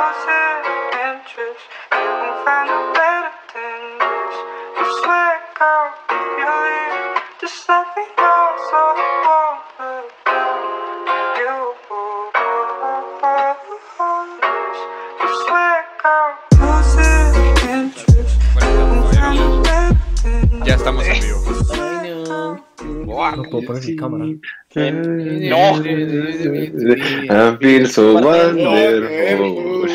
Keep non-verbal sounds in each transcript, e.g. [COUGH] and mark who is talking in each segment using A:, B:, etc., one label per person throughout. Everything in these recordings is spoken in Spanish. A: Losing interest, you can find a better than this. You swear, girl, if you leave, just let me know so I won't look down. You, you swear, girl, losing interest, you can find a better than
B: Ya estamos en vivo.
C: Ay, no.
D: No puedo poner mi cámara.
E: I feel so wonderful.
C: Uy,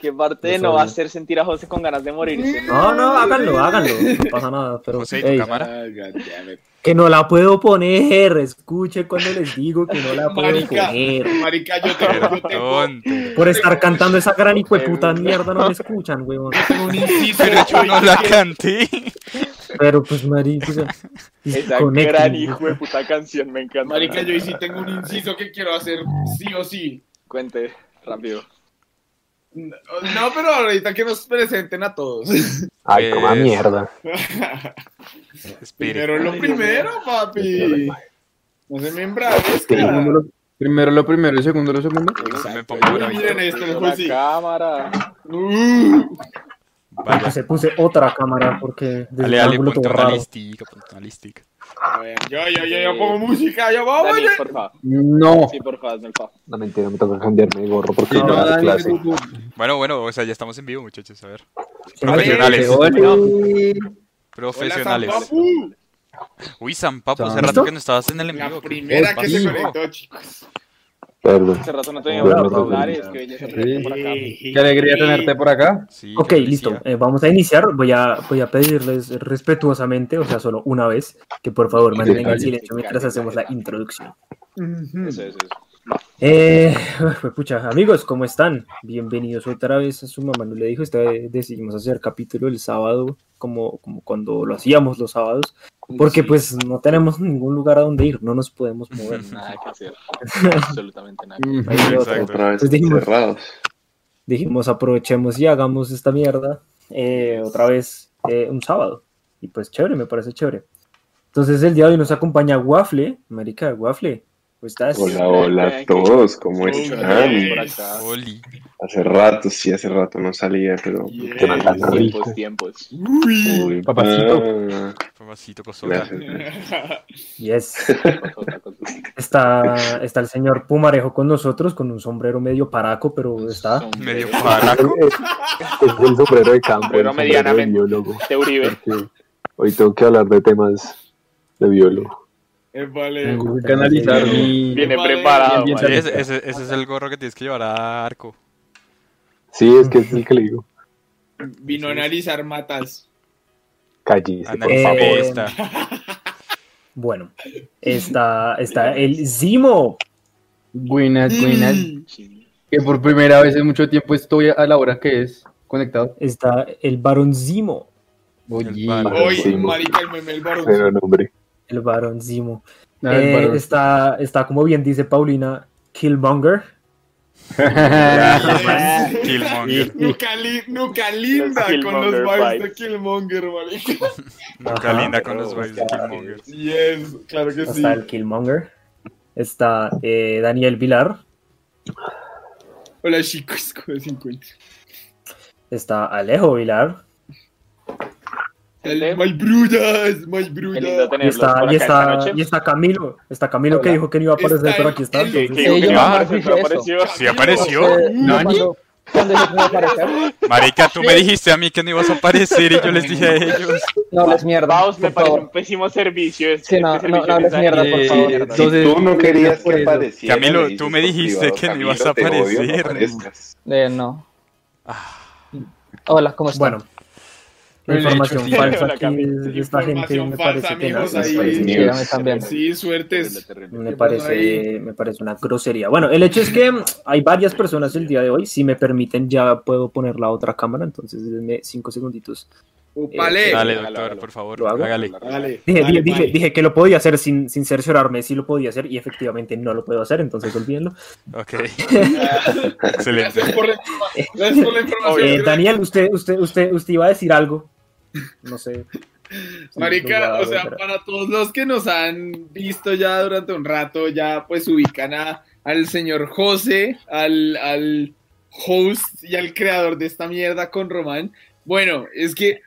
C: Que parte no va a hacer sentir a José con ganas de morirse.
D: No, no, háganlo, háganlo. No pasa nada. Pero,
B: José, ¿y tu
D: ey,
B: cámara?
F: Ah, goddammit.
D: que no la puedo poner. Escuche cuando les digo que no la puedo
F: Marica.
D: poner.
F: Marica, yo tengo, yo tengo
B: Tonto.
D: Por estar cantando esa gran hijueputa mierda no me escuchan, weón.
F: un inciso.
B: Pero yo no la canté.
D: Pero pues, marica.
C: Esa
D: desconecten.
C: gran hijo de puta canción, me encanta.
F: Marica, yo sí tengo un inciso que quiero hacer sí o sí.
C: Cuente, rápido.
F: No, pero ahorita que nos presenten a todos.
B: Ay, coma mierda.
F: Primero lo primero, papi. No se me embraves,
G: Primero
F: cara.
G: lo, primero lo primero y segundo lo segundo.
B: Me
F: Exacto.
B: pongo una
F: Uy, Miren esto, los
C: la
F: jueces.
C: cámara.
F: Uh,
D: Marica, se puse otra cámara porque desde
B: Dale,
D: el
B: dale,
D: ángulo
B: ponte
D: todo
B: una
D: raro.
B: listica, ponte una listica.
F: a ver, Yo, yo, yo, yo pongo música, yo vamos,
C: Dani,
F: yo.
C: por favor.
G: No.
C: Sí, por favor, hazme el favor.
E: No mentira, me toca cambiarme de gorro porque
G: Sí,
E: no,
G: no,
E: da
G: Dani,
E: clase.
G: tú-
B: Bueno, bueno, o sea, ya estamos en vivo, muchachos, a ver.
D: Sí,
B: Profesionales.
D: marica,
G: Ole.
F: Hola,
B: Profesionales.
F: Zampapu.
B: Uy, San Papo, hace
D: ¿Listo?
B: rato que no estabas en el en
F: La
B: vivo.
F: primera que se
B: Papi.
F: conectó, chicos.
E: Perdón.
C: Hace rato no
E: Hola,
C: teníamos
E: Raúl.
C: celulares, que belleza tenerte por acá.
G: Qué alegría tenerte por acá.
B: Sí,
D: Ok,
B: qué
D: listo.
B: felicidad.
D: eh, vamos a iniciar. Voy a, voy a pedirles respetuosamente, o sea, solo una vez, que por favor mantengan el
G: dale,
D: silencio mientras
C: dale,
D: hacemos
C: dale,
D: la
C: dale.
D: introducción.
F: Hmm.
C: Eso, eso, eso.
D: Eh, [LAUGHS] pucha, amigos, ¿cómo están? Bienvenidos otra vez a su mamá. No le dijo, esta vez decidimos hacer capítulo el sábado, como, como cuando lo hacíamos los sábados, porque pues no tenemos ningún lugar a donde ir, no nos podemos
H: [LAUGHS]
D: mover.
C: Nada que
D: [LAUGHS]
C: hacer. Absolutamente nada. que hacer.
D: Ahí lo-
B: Exacto.
E: Otra vez
D: Pues dijimos-
E: cerrados.
D: dijimos, aprovechemos y hagamos esta mierda eh, otra vez eh, un sábado. Y pues chévere, me parece chévere. Entonces el día de hoy nos acompaña Waffle, marica, Waffle, ¿cómo estás?
E: Hola, hola a todos, ¿cómo
F: Hola.
E: están?
C: Por acá.
B: Oli.
E: Hace rato, sí, hace rato no salía, pero.
F: Yes.
E: Qué maldad, ¿no?
C: Tiempos, tiempos.
E: Uy,
G: Papacito.
E: ah,
B: Papacito Cosola.
E: Gracias.
D: Yes.
E: [LAUGHS]
C: Otra cosa.
D: Está, está el señor Pumarejo con nosotros, con un sombrero medio paraco, pero está.
B: Medio paraco.
E: [LAUGHS] Es el sombrero
C: Sombrero
E: de campo. el sombrero de
C: medianamente.
E: biólogo.
C: Te Uribe.
E: porque Hoy tengo que hablar de temas de biólogo.
F: Eh, vale.
G: Tengo que analizar mi.
C: Viene
F: Vale.
C: preparado.
G: Bien, bien,
C: marica.
B: Ese, ese, ese es el gorro que tienes que llevar a Arco.
E: Sí, es que es el que le digo.
F: Vino a analizar matas.
E: Cállese, por
B: Análisis
D: Eh,
E: favor.
B: besta.
D: Bueno, está, está el Zimo.
G: Buenas, buenas.
F: Mm.
C: Sí.
G: Que por primera vez en mucho tiempo estoy a la hora que es conectado.
D: Está el Barón Zimo.
G: Oye.
B: El
G: Ah,
F: Hoy,
E: Sí.
F: marica, el meme, el varón.
E: Pero nombre.
D: El Barón Zimo.
G: Ah, el [LAUGHS]
D: Eh,
G: varón.
D: está, está, como bien dice Paulina, Killmonger.
F: Yes.
B: Killmonger.
F: Nuca, li- nuca linda
C: Los
F: con los
C: Killmonger
F: vibes de
C: vibes.
F: Killmonger, marica.
B: Nunca
D: Ajá.
B: linda con los bailes de Killmonger.
F: Yes, claro que sí.
D: Está el Killmonger. Está eh, Daniel Vilar.
F: Hola chicos, ¿cómo se encuentran?
D: Está Alejo Vilar.
F: El- My Brudas, My
C: Qué lindo
F: Brudas.
C: tenerlos
D: Y
C: por
D: está,
C: acá
D: y
C: esta
D: está,
C: noche.
D: y está Camilo. Está Camilo que
G: Hola.
D: dijo que no iba a aparecer,
F: Está
D: pero
F: el-
D: aquí está.
F: el-
C: Que-
D: entonces-
C: que- que
G: Sí,
C: no
G: yo-
C: apareció,
G: dije
C: no
G: eso.
C: apareció.
B: ¿Sí apareció?
G: Eh,
F: Nani.
G: ¿Cuándo? ¿Cuándo se puede aparecer?
B: Marica, tú me dijiste a mí que no ibas a aparecer y yo les dije a ellos.
G: No les mierda.
C: Vaos, me
G: por
C: parece
G: favor.
C: un pésimo servicio. Este,
G: Sí, no,
C: este
G: no,
C: servicio
G: no
C: que
G: hables
C: está-
G: mierda, por
B: Eh,
G: favor.
B: entonces-
G: Sí,
E: Tú no querías
G: por
E: que
G: eso.
E: apareciera.
B: Camilo,
E: le dices
B: tú me
E: por
B: dijiste
E: privado,
B: que no
E: Camilo,
B: ibas a
E: te odio, no
B: aparecer.
E: aparezcas.
G: Eh, no. Hola, ¿cómo están?
D: Bueno.
G: Bien
D: Información
C: hecho, sí.
D: falsa
C: Hola,
D: que
C: Cami.
D: de esta gente
F: Información
D: me
F: falsa,
D: parece
F: amigos,
D: tenaz.
F: ahí.
E: Fake
G: Sí,
E: news.
G: a mí también.
F: Sí, suertes.
D: Me
F: ¿Qué pasó
D: parece, me parece una grosería. Bueno, el hecho es que hay varias personas el día de hoy. Si me permiten, ya puedo poner la otra cámara. Entonces, denme cinco segunditos.
F: Upale.
B: Dale,
C: hágalo,
B: doctor,
C: hágalo.
B: por favor,
D: ¿Lo hago?
B: hágale.
F: Dale,
D: Dije,
F: dale,
D: dije, dije,
F: dale.
D: dije que lo podía hacer sin, sin cerciorarme. Sí lo podía hacer y efectivamente no lo puedo hacer. Entonces, olvídenlo.
B: Ok,
F: Ah,
B: excelente.
F: Gracias por la informa- gracias por la información.
D: Eh,
F: Gracias.
D: Daniel, usted, usted, usted, usted iba a decir algo. No sé. Sí, lo voy
F: Marica,
D: a
F: o sea,
D: ver.
F: para todos los que nos han visto ya durante un rato, ya pues ubican a, al señor José, al, al host y al creador de esta mierda con Román. Bueno, es que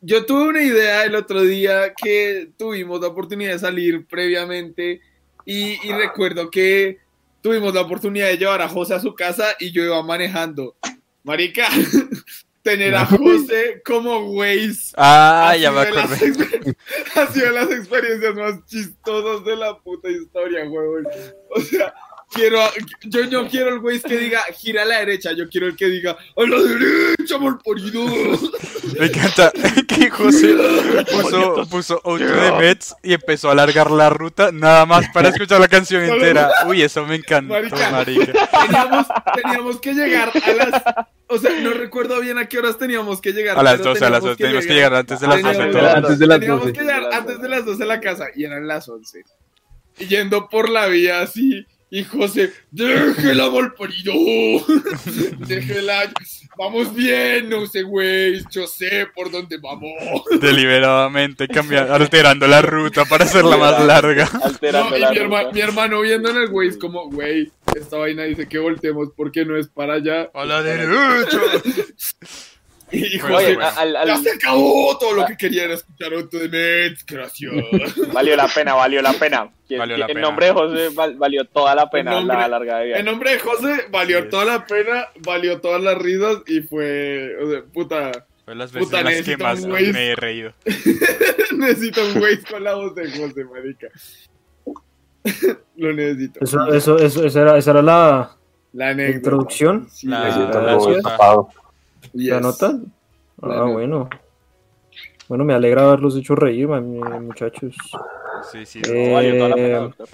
F: yo tuve una idea el otro día que tuvimos la oportunidad de salir previamente y, y recuerdo que tuvimos la oportunidad de llevar a José a su casa y yo iba manejando. Marica, [LAUGHS] tener a José como Waze.
B: Ah,
F: ha
B: ya me
F: sido de las
B: acordé.
F: exper- [LAUGHS] Ha sido las experiencias más chistosas de la puta historia, huevón. O sea, quiero, a- yo no quiero el Waze que diga gira a la derecha, yo quiero el que diga a la derecha, malparido.
B: Me encanta [LAUGHS] que José puso, puso Out to the Mets y empezó a alargar la ruta nada más para escuchar la canción entera. Uy, eso me encantó,
F: Marica.
B: marica.
F: Teníamos, teníamos que llegar a las. O sea, no recuerdo bien a qué horas teníamos que llegar.
B: A las
F: pero
B: 12, a las 12. Tenemos que llegar antes de las 12.
F: Teníamos-
B: todo.
G: Antes de las
F: teníamos
G: 12.
F: que llegar antes de las 12 a la casa y eran las 11. Y yendo por la vía así, y José, déjela malparido, [LAUGHS] déjela, vamos bien, no sé, güey, yo sé por dónde vamos.
B: Deliberadamente cambiando, alterando la ruta para hacerla más larga.
C: Alterando
F: No, y
C: la
F: mi, herma-
C: ruta.
F: mi hermano viendo en el güey, es como, güey, esta vaina dice que volteemos porque no es para allá.
B: A la derecha.
F: [LAUGHS] Y José,
B: Bueno,
C: Oye,
B: bueno.
C: a- al- al-
F: ya se acabó todo lo que quería era escuchar otro de Mets, gracias.
C: valió la pena, valió la pena. Que-
B: Valió
C: que
B: la
C: en
B: pena.
C: nombre de José val- valió toda la pena
F: En nombre-
C: la larga de
F: En
C: viaje.
F: nombre de José, valió
B: Yes.
F: toda la pena, valió todas las risas y fue, o sea, puta, [LAUGHS]
B: Fue las veces
F: Puta,
B: en las que
F: necesito
B: más
F: un Waze.
B: me he reído.
F: necesito un güey con la voz de José, marica. [LAUGHS] Lo necesito.
D: Eso, eso, eso, esa era, esa era la,
F: La anécdota.
D: ¿Introducción?
F: Sí,
B: La-
E: Me siento
B: la-
E: como
B: la-
E: estafado.
F: yes.
D: la nota. Ah,
F: Claro.
D: bueno. Bueno, me alegra haberlos hecho reír, mami, muchachos.
B: Sí, sí.
D: Eh,
C: Valió toda la pena, doctor.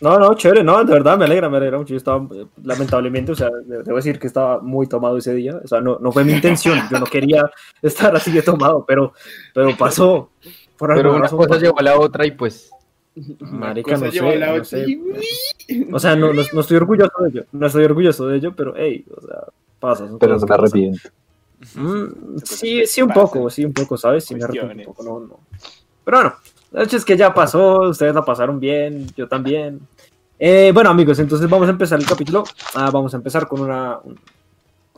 D: No, no, chévere, no, de verdad me alegra, me alegra mucho. Yo estaba, eh, lamentablemente, o sea, de- debo decir que estaba muy tomado ese día. O sea, no, no fue mi intención, yo no quería estar así de tomado, pero, pero pasó. Por
G: Pero
D: alguna
G: una
D: razón
G: cosa
D: pasó.
G: llevó a la otra y pues.
D: Marica,
F: Cosa
D: no
F: lleva
D: sé,
F: la
D: no
F: otra
D: sé.
F: y-
D: O sea, no, no, no estoy orgulloso de ello, no estoy orgulloso de ello, pero, hey, o sea, pasa. son
E: Pero
D: cosas
E: no
D: que
E: me
D: pasan.
E: arrepiento.
D: Mm,
C: Entonces,
D: sí, sí, un
C: pasan
D: poco, sí, un poco, ¿sabes? Sí, me arrepiento un
C: cuestiones.
D: poco, no, no. Pero bueno, el hecho es que ya pasó, ustedes la pasaron bien, yo también. Eh, bueno, amigos, entonces vamos a empezar el capítulo. Ah, vamos a empezar con una,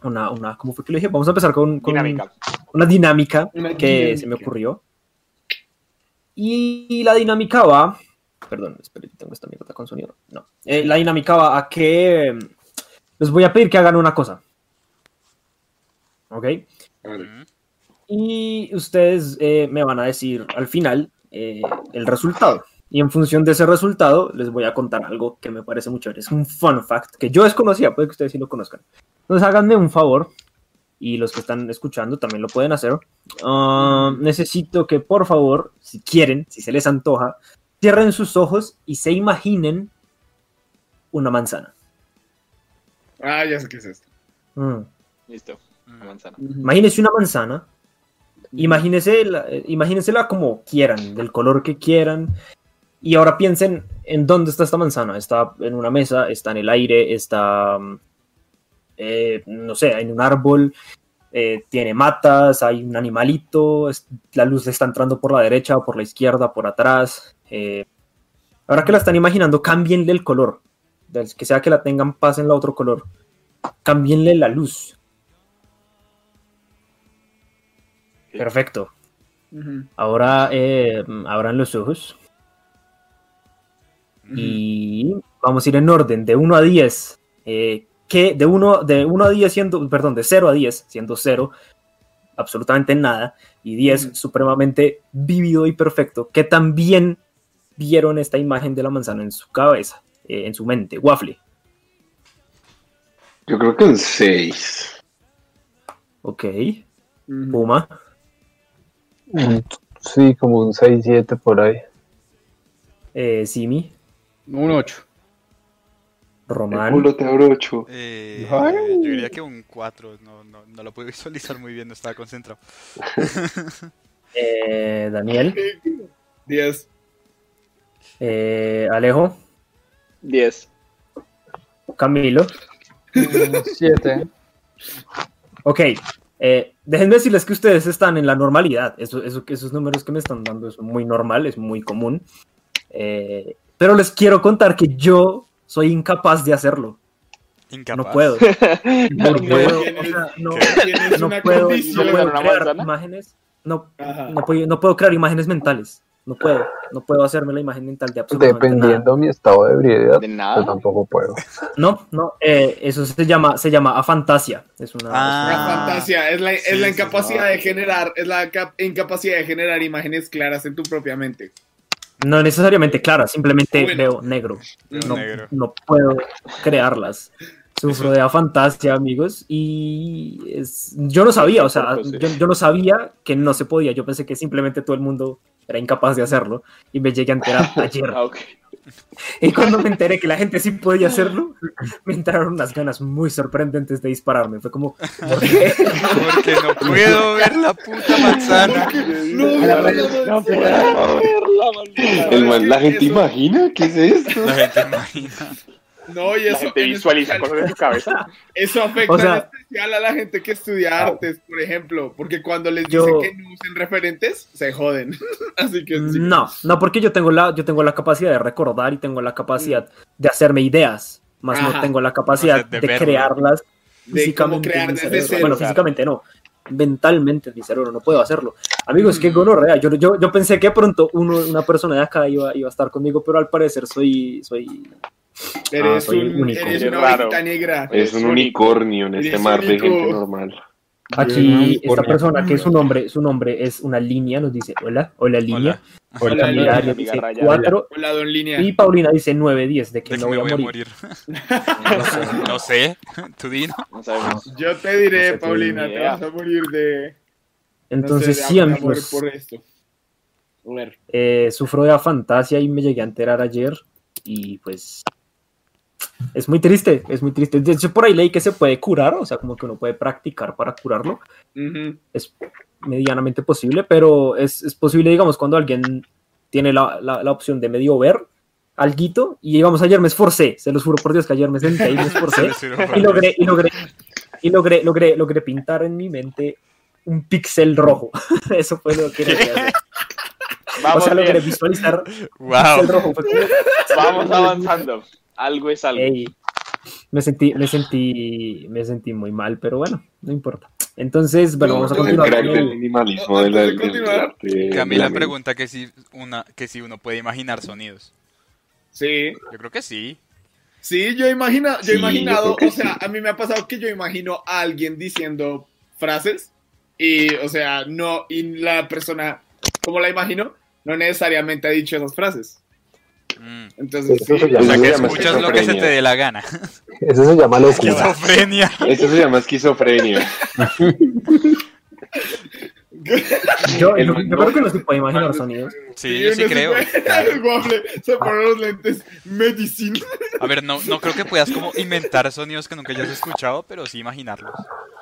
D: una, una, ¿cómo fue que le dije? Vamos a empezar con, con
C: Dinámica.
D: una dinámica
F: Una
D: que
F: dinámica.
D: se me ocurrió. Y la dinámica va. Perdón, espera, tengo esta mierda con sonido. No. Eh, la dinámica va a que eh, les voy a pedir que hagan una cosa. ¿Ok?
F: Vale.
D: Y ustedes eh, me van a decir al final eh, el resultado. Y en función de ese resultado, les voy a contar algo que me parece muy chévere. Es un fun fact que yo desconocía, puede que ustedes sí lo conozcan. Entonces háganme un favor, y los que están escuchando también lo pueden hacer. Ah, necesito que por favor, si quieren, si se les antoja, cierren sus ojos y se imaginen una manzana.
F: Ah, ya sé qué es esto.
D: Mm.
C: Listo, la manzana.
D: Imagínense una manzana. Imagínense, la- eh, imagínensela como quieran, del color que quieran. Y ahora piensen en dónde está esta manzana. Está en una mesa, está en el aire, está, mm, eh, no sé, en un árbol, eh, tiene matas, hay un animalito, es- la luz le está entrando por la derecha, por la izquierda, por atrás. eh. Ahora que la están imaginando, cámbienle el color. Del Que sea que la tengan, pásenla a otro color. Cámbienle la luz, Perfecto. Ahora eh, abran los ojos y vamos a ir en orden de 1 a 10. eh, que de 1 de uno a 10 siendo, perdón, de 0 a 10 siendo 0 absolutamente nada y 10
F: Ujú.
D: supremamente vívido y perfecto, que también vieron esta imagen de la manzana en su cabeza, eh, en su mente, waffle.
E: Yo creo que un 6.
D: Ok,
F: Ujú.
D: Puma.
E: Sí, como un 6, 7 por ahí.
D: eh, Simi,
G: Un 8.
E: El
D: Román,
E: culo te abrocho.
B: Eh,
E: Ay.
B: yo diría que un 4. No, no, no lo pude [LAUGHS] visualizar muy bien, no estaba concentrado.
D: eh, Daniel,
F: Diez.
D: eh, Alejo,
C: 10.
D: Camilo.
G: 7.
D: Ok, eh, déjenme decirles que ustedes están en la normalidad. Eso, eso, esos números que me están dando es muy normal, es muy común. Eh, pero les quiero contar que yo soy incapaz de hacerlo.
B: Incapaz. [LAUGHS]
D: No puedo. No
F: No,
D: puedo.
F: tienes-
D: o sea, [COUGHS] no,
F: Tienes
D: no
F: una
D: puedo,
F: condición.
D: no puedo
C: ¿Una
D: crear
C: manzana?
D: imágenes. No,
F: Ajá.
D: no, puedo, no puedo crear imágenes mentales. No puedo. No puedo hacerme la imagen mental de absolutamente
E: Dependiendo de mi estado de ebriedad,
C: De
E: yo
C: nada.
E: tampoco puedo.
D: nada. No, no. eh, eso se llama, se llama afantasia. Es una.
B: Ah.
F: La fantasía es la, es
B: Sí,
F: la
B: sí,
F: incapacidad
B: sí.
F: de generar, es la cap- incapacidad de generar imágenes claras en tu propia mente.
D: es una- no necesariamente clara, simplemente
F: Bueno.
D: veo negro.
B: Veo
D: no,
B: negro.
D: no puedo crearlas. Sufro de afantasia, amigos, y es- yo no sabía, o sea,
C: Tampoco sé.
D: yo, yo no sabía que no se podía, yo pensé que simplemente todo el mundo era incapaz de hacerlo, y me llegué
C: [LAUGHS]
D: a enterar ayer.
C: Ah, ok.
D: Y cuando me enteré que la gente sí podía hacerlo, me entraron unas ganas muy sorprendentes de dispararme, fue como, ¿por qué?
B: Porque no puedo ver la puta
D: [LAUGHS]
B: manzana.
F: No, no,
G: la
F: no,
G: red,
F: no, no,
I: El man- la gente imagina, ¿qué es esto?
B: La gente imagina.
F: no, y
C: La
F: eso,
C: gente
F: en
C: visualiza
F: especial,
C: cosas en su cabeza.
F: eso afecta
D: O sea- ah.
F: en especial a la gente que estudia artes, por ejemplo, porque cuando les
D: Yo-
F: dicen que no usen referentes, se joden. [LAUGHS] Así que sí.
D: No, no, porque yo tengo la, yo tengo la capacidad de recordar y tengo la capacidad de hacerme ideas, más
F: Mm. Ajá.
D: no tengo la capacidad
B: O sea, de
D: de
B: verlo.
D: crearlas
F: de cómo
D: físicamente
F: crear
D: en mi
F: desde
D: cerebro.
F: cero.
D: Bueno, físicamente no. Mentalmente en mi cerebro no puedo hacerlo. Amigos,
F: Mm.
D: qué gonorrea. Yo, yo, yo pensé que pronto uno, una persona de acá iba, iba a estar conmigo, pero al parecer soy, soy Ah,
F: eres,
D: soy
F: un-
D: único.
F: eres
C: Qué
F: una
C: raro.
F: ovejita negra.
I: Es un unicornio en este
F: Eres
I: mar de
F: único.
I: gente normal.
D: aquí esta
G: unicornio.
D: persona que es un nombre, su nombre es una línea, nos dice hola, hola
B: Hola.
D: línea.
F: Hola,
D: Camila
F: hola,
D: Arias
C: amiga
D: dice
C: rayada.
D: cuatro
F: Hola, don Línea.
D: y Paulina dice nueve, diez, de que
B: De que
D: no
B: me
D: voy,
B: voy a
D: a morir.
B: morir.
D: [LAUGHS]
B: No sé. Tú di, ¿no?
C: No sabemos.
F: Yo te diré,
D: No sé,
F: Paulina,
C: ni
F: te
C: idea.
F: vas a morir de. no
D: Entonces
F: sé, de
D: sí,
F: amor
D: amigos,
F: por esto. A ver.
D: eh, sufro de afantasia y me llegué a enterar ayer y pues es muy triste, es muy triste. De hecho, por ahí leí que se puede curar, o sea, como que uno puede practicar para curarlo,
F: Ujú.
D: es medianamente posible, pero es, es posible, digamos, cuando alguien tiene la, la- la opción de medio ver alguito y digamos, ayer me esforcé, se los juro por Dios que ayer me senté y me
C: [LAUGHS]
B: Se
D: esforcé
B: les hicieron
D: y
B: fuertes.
D: logré, y logré, y logré, logré, logré pintar en mi mente un pixel rojo. [LAUGHS] Eso fue lo que logré hacer. O
C: Vamos,
D: sea, logré
C: bien,
D: visualizar el
B: Wow.
D: rojo fue como,
C: vamos avanzando. Algo es algo.
D: "Ey". Me sentí, me sentí, me sentí muy mal, pero bueno, no importa. Entonces, bueno, vamos a
I: Es el
D: continuar.
I: crack
D: con
I: del
D: el-
I: minimalismo de la-
F: Antes de
I: del
F: continuar,
I: arte.
B: Camila
I: de la-
B: pregunta que si, una, que si uno puede imaginar sonidos.
F: Sí.
B: Yo creo que sí.
F: Sí, yo, imagina, yo he
I: Sí,
F: imaginado,
I: yo creo
F: o
I: que
F: sea,
I: sí.
F: a mí me ha pasado que yo imagino a alguien diciendo frases y, o sea, no, y la persona, como la imagino, no necesariamente ha dicho esas frases.
B: Mm.
F: Entonces,
E: Eso
F: sí.
E: se
B: O sea,
E: llama,
B: que
I: llama
D: Pues
B: escuchas lo que se te dé la gana.
E: eso se llama locura.
B: Esquizofrenia.
I: Esto se llama esquizofrenia.
D: Yo,
I: el
D: yo-
I: man-
D: yo creo que no se puede imaginar sonidos.
B: Sí, yo sí
F: uno se
B: creo.
F: pone- el waffle se
I: Ah.
F: pone los lentes medicina.
B: A ver, no, no creo que puedas como inventar sonidos que nunca hayas escuchado, pero sí imaginarlos.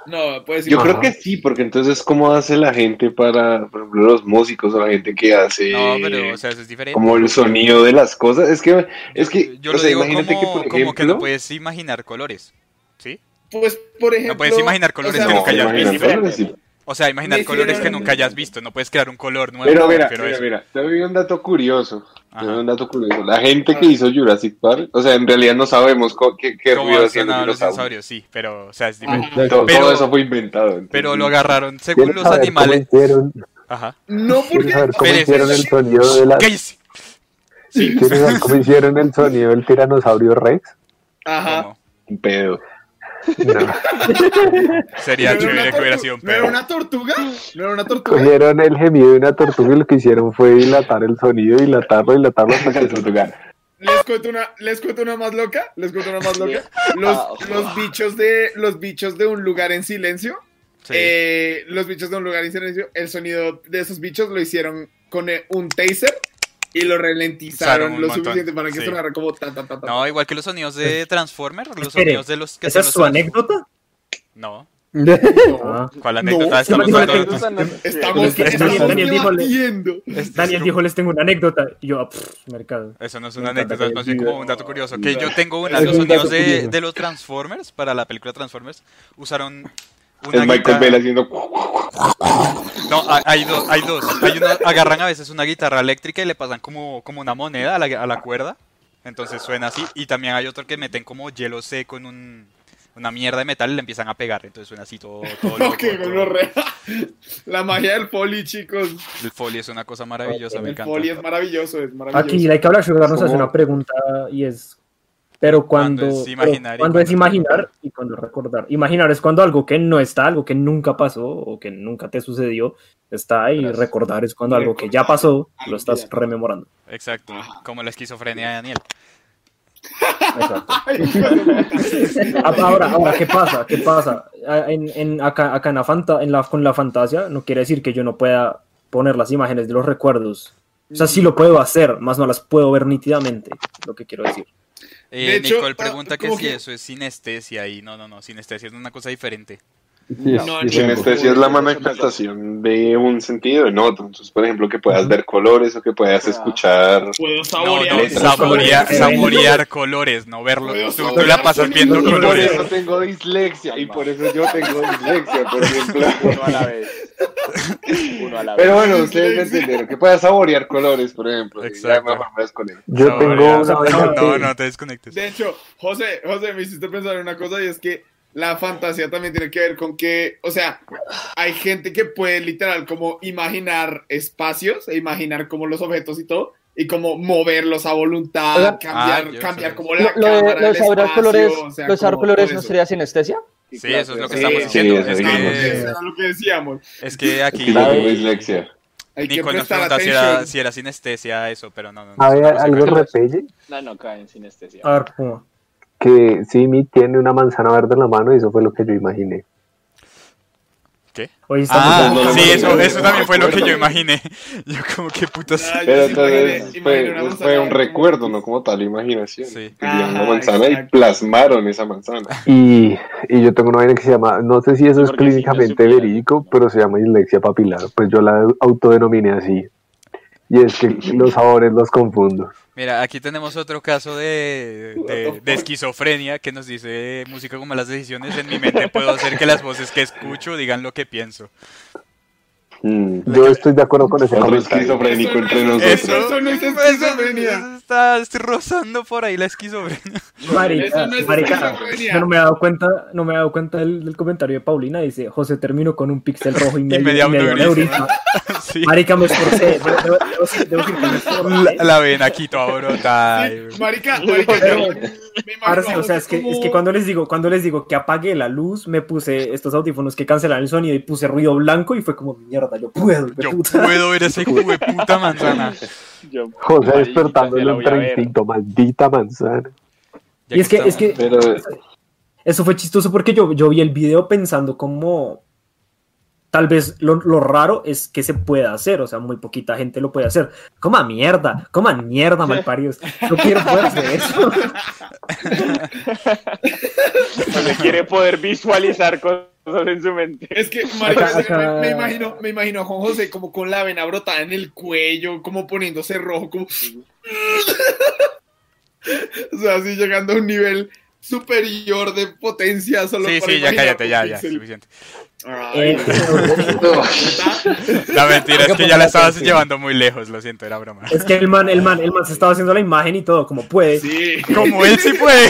F: No, pues
I: Yo
E: Ajá.
I: creo que sí, porque entonces, ¿cómo hace la gente para, por ejemplo, los músicos o la gente que hace
B: No, pero, o sea, eso es diferente.
I: como el sonido de las cosas? Es que, es que,
B: Yo- yo
I: o
B: lo
I: sea,
B: digo
I: imagínate
B: como,
I: que, por
B: como que no
I: ejemplo,
B: puedes imaginar colores. ¿Sí?
F: Pues, por ejemplo.
B: No puedes imaginar colores que
I: no,
B: nunca hayas
I: imagínate,
B: visto.
I: ahora sí.
B: O sea, imaginar
F: Me
B: colores que
F: hicieron-
B: nunca hayas visto. No puedes crear un color nuevo.
I: Pero
B: me
I: mira,
B: refiero a
I: mira,
B: eso.
I: mira, te doy un dato curioso. Te
B: Ajá.
I: doy un dato curioso. La gente que hizo Jurassic Park, o sea, en realidad no sabemos co- qué, qué
B: Cómo
I: ruido hacían
B: sonaban
I: los
B: los dinosaurios,
I: dinosaurios.
B: sí, pero, o sea, es diferente.
G: Exacto.
I: Todo,
B: Pero-
I: todo eso fue inventado. entonces-
B: Pero lo agarraron según los
E: Quiero saber cómo
B: animales.
E: hicieron-
B: Ajá.
F: No,
E: quiero
F: porque.
E: saber cómo
B: Espérese.
E: hicieron el sonido de la...
B: ¡Cállese!
E: quiero saber cómo hicieron el sonido del tiranosaurio rex?
F: Ajá.
B: ¿Cómo?
I: Un pedo. [LAUGHS]
E: No.
B: Sería
F: ¿No era
B: chévere
F: una
B: que hubiera
F: tortu-
B: sido un
F: ¿No era
B: perro.
F: una tortuga? ¿No era una tortuga?
E: Cogieron el gemido de una tortuga y lo que hicieron fue dilatar el sonido, dilatarlo, dilatarlo hasta
I: [LAUGHS]
E: que sonó.
F: Les cuento una, les cuento una más loca, les cuento una más loca. Los,
C: Ah,
F: los bichos de, los bichos de un lugar en silencio,
B: Sí.
F: eh, los bichos de un lugar en silencio, el sonido de esos bichos lo hicieron con eh, un taser y lo
B: Usaron
F: ralentizaron
B: un
F: lo
B: montón,
F: suficiente para que
B: sí.
F: sonara como ta ta ta ta.
B: No, igual que los sonidos de Transformers, los
D: Espere,
B: sonidos de los que son
D: ¿Esa es
B: los
D: su
B: trans-
D: anécdota?
B: No,
D: Ah.
B: ¿cuál
F: No,
B: anécdota?
F: yo
B: Estamos
D: digo la
B: hablando-
D: anécdota.
F: Estamos,
D: Daniel-
F: estamos
D: Daniel dijo-
F: debatiendo.
D: Daniel dijo, les tengo una anécdota. Y yo, ah, pff, mercado.
B: Eso no es
D: Me
B: una
D: encanta
B: anécdota, es
D: que
B: más bien
D: diga-
B: como un dato curioso. Que yo tengo una,
G: Es
B: los
G: un
B: sonidos
G: dato
B: de,
G: curioso.
B: de los Transformers, para la película Transformers, usaron
I: Es
B: una
I: Michael
B: guitarra.
I: Bell haciendo.
B: No, hay- hay dos, hay dos. Hay uno, agarran a veces una guitarra eléctrica y le pasan como, como una moneda a la, a la cuerda. Entonces suena así. Y también hay otro que meten como hielo seco en un, una mierda de metal y le empiezan a pegar. Entonces suena así todo, todo loco.
F: Qué
B: todo-
F: gonorrea. [LAUGHS] La magia del poli, chicos.
B: El folio es una cosa maravillosa, me
F: El
B: encanta.
F: poli es maravilloso, es maravilloso. [LAUGHS]
D: Aquí la que habla Sugar nos
E: ¿Cómo?
D: hace una pregunta y es, pero cuando,
B: ¿Cuándo es
D: pero
B: imaginar y
D: cuándo es
B: cuándo
D: imaginar y cuando recordar. Imaginar es cuando algo que no está, algo que nunca pasó o que nunca te sucedió está y
F: Gracias.
D: recordar es cuando algo que ya pasó lo estás
F: Recordar.
D: rememorando.
B: Exacto,
F: Ajá.
B: como la esquizofrenia de Daniel.
D: Exacto.
F: Ay, hijo de
D: A-
F: puta.
D: Ahora, ahora, ¿qué pasa? ¿Qué pasa? A- En, en- acá, acá en la fanta, en la, con la fantasía no quiere decir que yo no pueda poner las imágenes de los recuerdos. O sea, sí lo puedo hacer, más no las puedo ver nítidamente, lo que quiero decir.
B: Eh,
F: De hecho,
B: Nicole
F: pa-
B: pregunta que
F: como
B: si
F: que-
B: eso es sinestesia y no, no, no, sinestesia es una cosa diferente.
G: Sí, sí,
F: No,
I: [LAUGHS]
F: no,
G: sí.
H: este
I: Sinestesia este es la manifestación de un sentido en otro. Entonces, por ejemplo, que puedas ver colores o que puedas escuchar.
F: Puedo
B: No,
F: saborear.
B: no,
I: letras.
B: saborear,
D: Colores.
B: saborear colores, no verlo.
F: Puedo
B: Tú, tú la
F: saborear
B: pasas viendo
F: sonidos.
I: Por
B: colores.
I: eso tengo dislexia y por eso yo tengo dislexia,
F: [LAUGHS]
I: por ejemplo.
H: Uno a la vez. Uno a la vez.
I: Pero bueno, ustedes me entendieron. Que puedas saborear colores, por ejemplo. y Ya
B: Exacto.
I: mejor me desconecto.
E: Yo
B: Saborear. [LAUGHS]
E: tengo una vaina
B: No, no,
E: que-
B: no te desconectes.
F: De hecho, José, José, me hiciste pensar en una cosa y es que la fantasía también tiene que ver con que, o sea, hay gente que puede literal como imaginar espacios e imaginar como los objetos y todo, y como moverlos a voluntad,
J: Oigan.
F: cambiar,
B: Ah, yo
F: cambiar
B: sé.
F: como
J: Lo,
F: la
J: lo de,
F: cámara,
J: lo de
F: el
J: saborear
F: espacio,
J: colores,
F: o sea,
J: los saber
F: como
J: colores
F: todo
J: no
F: eso.
J: sería sinestesia.
B: Sí, eso es lo que
F: Sí,
B: estamos
F: sí,
B: diciendo.
I: eso
B: es,
I: es
F: Estamos,
B: que,
F: eso era lo que decíamos.
B: es que aquí
I: Sí, yo tengo dislexia.
F: Hay que
B: Nicole nos
F: prestar
B: pregunta si
F: atención.
B: era, si era sinestesia a eso, pero no, no. no,
E: ¿Hay
B: eso no se
E: algo
B: cuenta.
E: repelle?
H: No, no cae en sinestesia.
D: A ver, Puma.
E: Que Simi tiene una manzana verde en la mano y eso fue lo que yo imaginé.
D: Hoy estamos
B: Ah,
I: No, no,
B: sí,
I: no,
B: eso,
I: no,
B: eso
I: no,
B: también fue lo que yo
I: recuerdo.
B: imaginé. Yo como que putas.
F: Ah, yo
I: Pero
F: sí imaginé-
I: entonces
F: imaginé
I: fue,
F: una manzana
I: fue un
F: como-
I: recuerdo, no como tal imaginación.
B: Sí.
I: Querían una
F: Ajá,
I: manzana y
F: exacto.
I: plasmaron esa manzana.
E: Y, y yo tengo una vaina que se llama, no sé si eso
H: Porque
E: es
H: si no
E: clínicamente
H: supiera.
E: verídico, pero se llama dislexia papilar. Pues yo la autodenominé así. Y es que los sabores los confundo.
B: Mira, aquí tenemos otro caso de, de- de esquizofrenia que nos dice eh, música con malas decisiones. En mi mente puedo hacer que las voces que escucho digan lo que pienso.
I: Mm.
E: Yo estoy de acuerdo con ese
I: Otro
E: comentario.
I: esquizofrénico entre
F: Eso-
I: nosotros.
F: no es
B: eso-
F: esquizofrenia.
B: eso está rozando por ahí la esquizofrenia. [LAUGHS]
D: Marica,
F: Eso no es
D: marica,
F: esquizofrenia.
D: yo no me he dado cuenta, no me he dado cuenta del, del comentario de Paulina. Dice, José termino con un
B: [LAUGHS]
D: píxel rojo y medio,
B: media
D: y medio
B: autorisa".
D: neurita".
B: Sí.
D: Marica, me esforcé. Debo- debo- debo decir- debo decir que me
B: La,
D: esforcé.
B: la ven aquí toda brota.
F: Sí, marica,
D: [LAUGHS]
F: marica,
D: Pero-
F: yo me imagino
D: Ahora sí, o sea,
F: a
D: es que,
F: José
D: es que
F: como-
D: cuando les digo, cuando les digo que apague la luz, me puse estos audífonos que cancelan el sonido y puse ruido blanco y fue como mierda, yo puedo,
B: Yo
D: puta".
B: puedo ver ese hijo de puta manzana.
H: Yo-
E: José
H: Marica, se la
E: despertándolo
H: voy a
E: entre
H: ver.
E: instinto, maldita manzana.
B: Ya
D: Y es que, es
B: estamos-
D: que
I: Pero
F: [LAUGHS]
D: Eso fue chistoso porque yo, yo vi el video pensando como tal vez lo, lo raro es que se pueda hacer, o sea, muy poquita gente lo puede hacer. Coma mierda, coma mierda, malparidos. No quiero poder hacer
B: [LAUGHS]
D: eso.
H: José quiere poder visualizar cosas en su mente.
F: Es que, marica,
D: Acá- acá-
F: Me, me imagino, me imagino a Juan José como con la vena brotada en el cuello, como poniéndose rojo, como... [LAUGHS] o sea, así llegando a un nivel superior de potencia solo
B: Sí,
F: por
B: sí, ya
F: imaginar
B: cállate, ya,
F: un
B: ya,
F: píxel.
B: suficiente.
F: Ay,
D: Eh, [LAUGHS]
B: La mentira es
J: Hay que
B: que ya la
J: ponerle
B: estabas
J: atención.
B: llevando muy lejos, lo siento, era
F: [LAUGHS]
B: broma.
D: es que el man, el man, el man se estaba haciendo la imagen y todo, como puede.
F: sí.
B: Como él sí puede.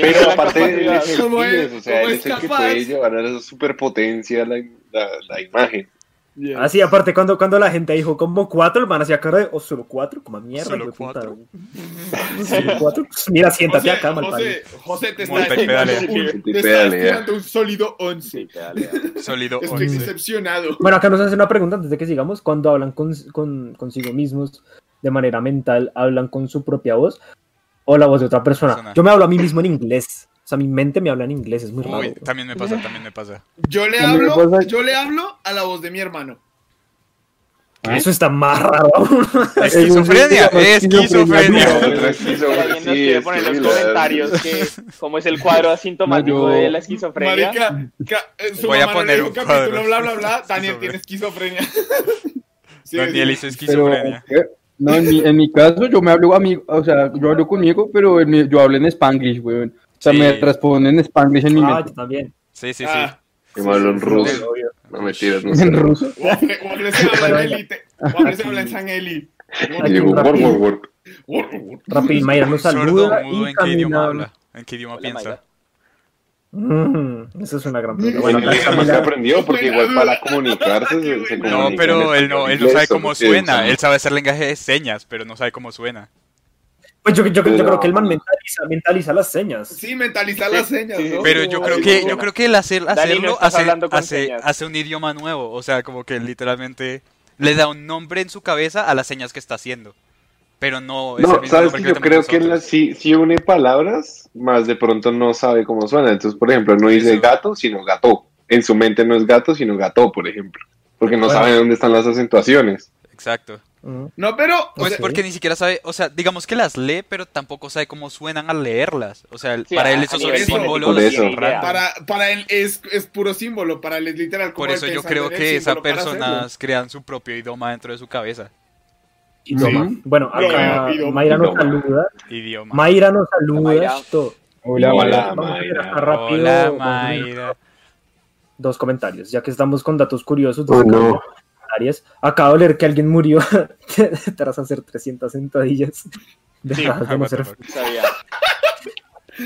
I: Pero aparte de los
F: ¿Cómo es-
I: sentidos, o sea,
F: cómo
I: el
F: es
I: hecho de que
F: capaz?
I: puede llevar a esa superpotencia la, la, la imagen.
F: Yeah.
D: Así, aparte, cuando, cuando la gente dijo como cuatro, el man hacía cara de, o solo cuatro, como mierda.
B: Solo
D: hijo de puta.
B: cuatro.
D: Solo cuatro. Mira, siéntate
F: José,
D: acá, malparido.
F: José, José, te está
B: Monta y
F: estirando
B: pedalea.
F: un,
I: Monta y
F: te está
I: pedalea.
F: estirando un sólido 11.
I: [LAUGHS]
B: Sólido
F: Estoy
B: 11.
F: decepcionado.
D: Bueno, acá nos hacen una pregunta antes de que sigamos. Cuando hablan con, con- consigo mismos de manera mental, ¿hablan con su propia voz o la voz de otra persona?
B: Persona.
D: Yo me hablo a mí mismo en inglés. O sea, mi mente me habla en inglés, es muy raro.
B: Uy, también me pasa, también me pasa.
F: Yo le
E: A mí me
F: hablo,
E: pasa-
F: yo le hablo a la voz de mi hermano.
D: Eso está más raro. aún. [LAUGHS] Ah,
B: Esquizofrenia, esquizofrenia.
I: Otra esquizofrenia,
H: pues, Alguien nos
I: pues, sí,
H: quiere
I: es
H: poner en
I: que
H: los
I: la-
H: comentarios que, como es el cuadro asintomático
G: No, yo-
H: de la esquizofrenia.
F: Marica, ca-
E: [LAUGHS]
F: eh, su
B: Voy a
F: mamá no
B: poner
F: le dijo
B: un
F: capítulo,
B: cuadro.
F: bla,
B: [LAUGHS]
F: bla, bla. Daniel
B: Esquizofrenia.
F: tiene esquizofrenia.
B: [LAUGHS]
F: Sí,
B: Daniel
F: sí.
B: hizo
G: Pero,
B: esquizofrenia.
G: ¿qué? no, en mi, en mi caso yo me hablo a mí, o sea, yo hablo conmigo, pero en mi- yo hablo en Spanglish, weón. O sea,
B: Sí.
G: me responden en Spanglish en mi
D: Ah,
G: mente.
D: yo también.
B: Sí, sí, sí.
F: Ah,
I: Que me habló en ruso.
D: Obvio.
I: No mentiras, no sé.
G: En ruso.
F: Waffle Waffle se
D: Bueno,
F: habla en Eli, te- Waffle se habla en San Eli.
I: Y
D: Aquí
I: digo,
D: un
I: "Wor,
D: ratito.
I: wor, wor".
F: Waffle,
D: Rapid Mayra
B: Un
D: nos
B: sordo
D: saluda
B: mudo,
D: y
B: ¿en qué idioma
D: camina.
B: habla? ¿En qué idioma piensa?
D: Mm, esa es una gran pregunta.
I: Bueno,
D: Bueno,
I: el
D: Camila-
I: no se aprendió porque
F: Buena
I: igual para
F: duda. Qué
I: comunicarse se, se
F: buena.
I: comunican
B: No, pero
I: en
B: él no, él no
I: español
B: sabe
I: inglés,
B: cómo
I: solo que
B: suena.
I: usan-
B: Él sabe hacer lenguaje de señas, pero no sabe cómo suena.
D: Pues yo, yo- yo
I: Pero-
D: creo que el man mentaliza, mentaliza las señas.
F: Sí, mentalizar las señas,
H: sí, sí.
F: ¿no?
B: Pero yo
F: Como-
B: creo
H: así
B: que,
H: funciona.
B: yo creo que el hacer,
H: Dani, no
B: hacerlo
H: estás
B: hace,
H: hablando con
B: hace,
H: señas.
B: hace un idioma nuevo. O sea, como que literalmente le da un nombre en su cabeza a las señas que está haciendo. Pero no es el
I: No,
B: mismo
I: sabes
B: nombre
I: que
B: que
I: yo
B: tenemos
I: creo que él
B: nosotros.
I: si, si une palabras, más de pronto no sabe cómo suena. Entonces, por ejemplo, no dice
B: Eso.
I: gato, sino gato. En su mente no es gato, sino gato, por ejemplo. Porque no
D: Bueno.
I: sabe dónde están las acentuaciones.
B: Exacto.
D: Mm.
F: No, pero...
B: Pues
D: Ok.
B: porque ni siquiera sabe, o sea, digamos que las lee, pero tampoco sabe cómo suenan al leerlas. O sea, el-
H: Sí,
B: para
H: a-
B: él
H: a
B: esos son
H: nivel
F: fonético,
B: símbolos.
I: por eso.
B: raros.
F: Para, para él es, es puro símbolo, para él es literal. como
B: Por
F: él
B: eso yo
F: pensando
B: creo
F: en el
B: que esas
F: símbolo para hacerlo.
B: personas crean su propio idioma dentro de su cabeza.
D: Idoma.
G: Sí.
D: Bueno, acá
F: Idoma, idoma,
D: Mayra nos
I: idoma.
D: saluda.
B: Idioma.
D: Mayra nos saluda.
C: Mayra.
D: esto.
G: Hola,
I: Hola,
G: Mayra.
D: Vamos a ver
I: Mayra.
D: acá rápido
B: Hola,
D: dos-
B: Mayra.
D: dos comentarios, ya que estamos con datos curiosos.
E: Oh,
D: dice
E: no.
D: Arias, acabo de leer que alguien murió [LAUGHS] tras hacer 300 sentadillas. Dejadas de no
B: what the
D: ser
B: fuck.
H: Sabía.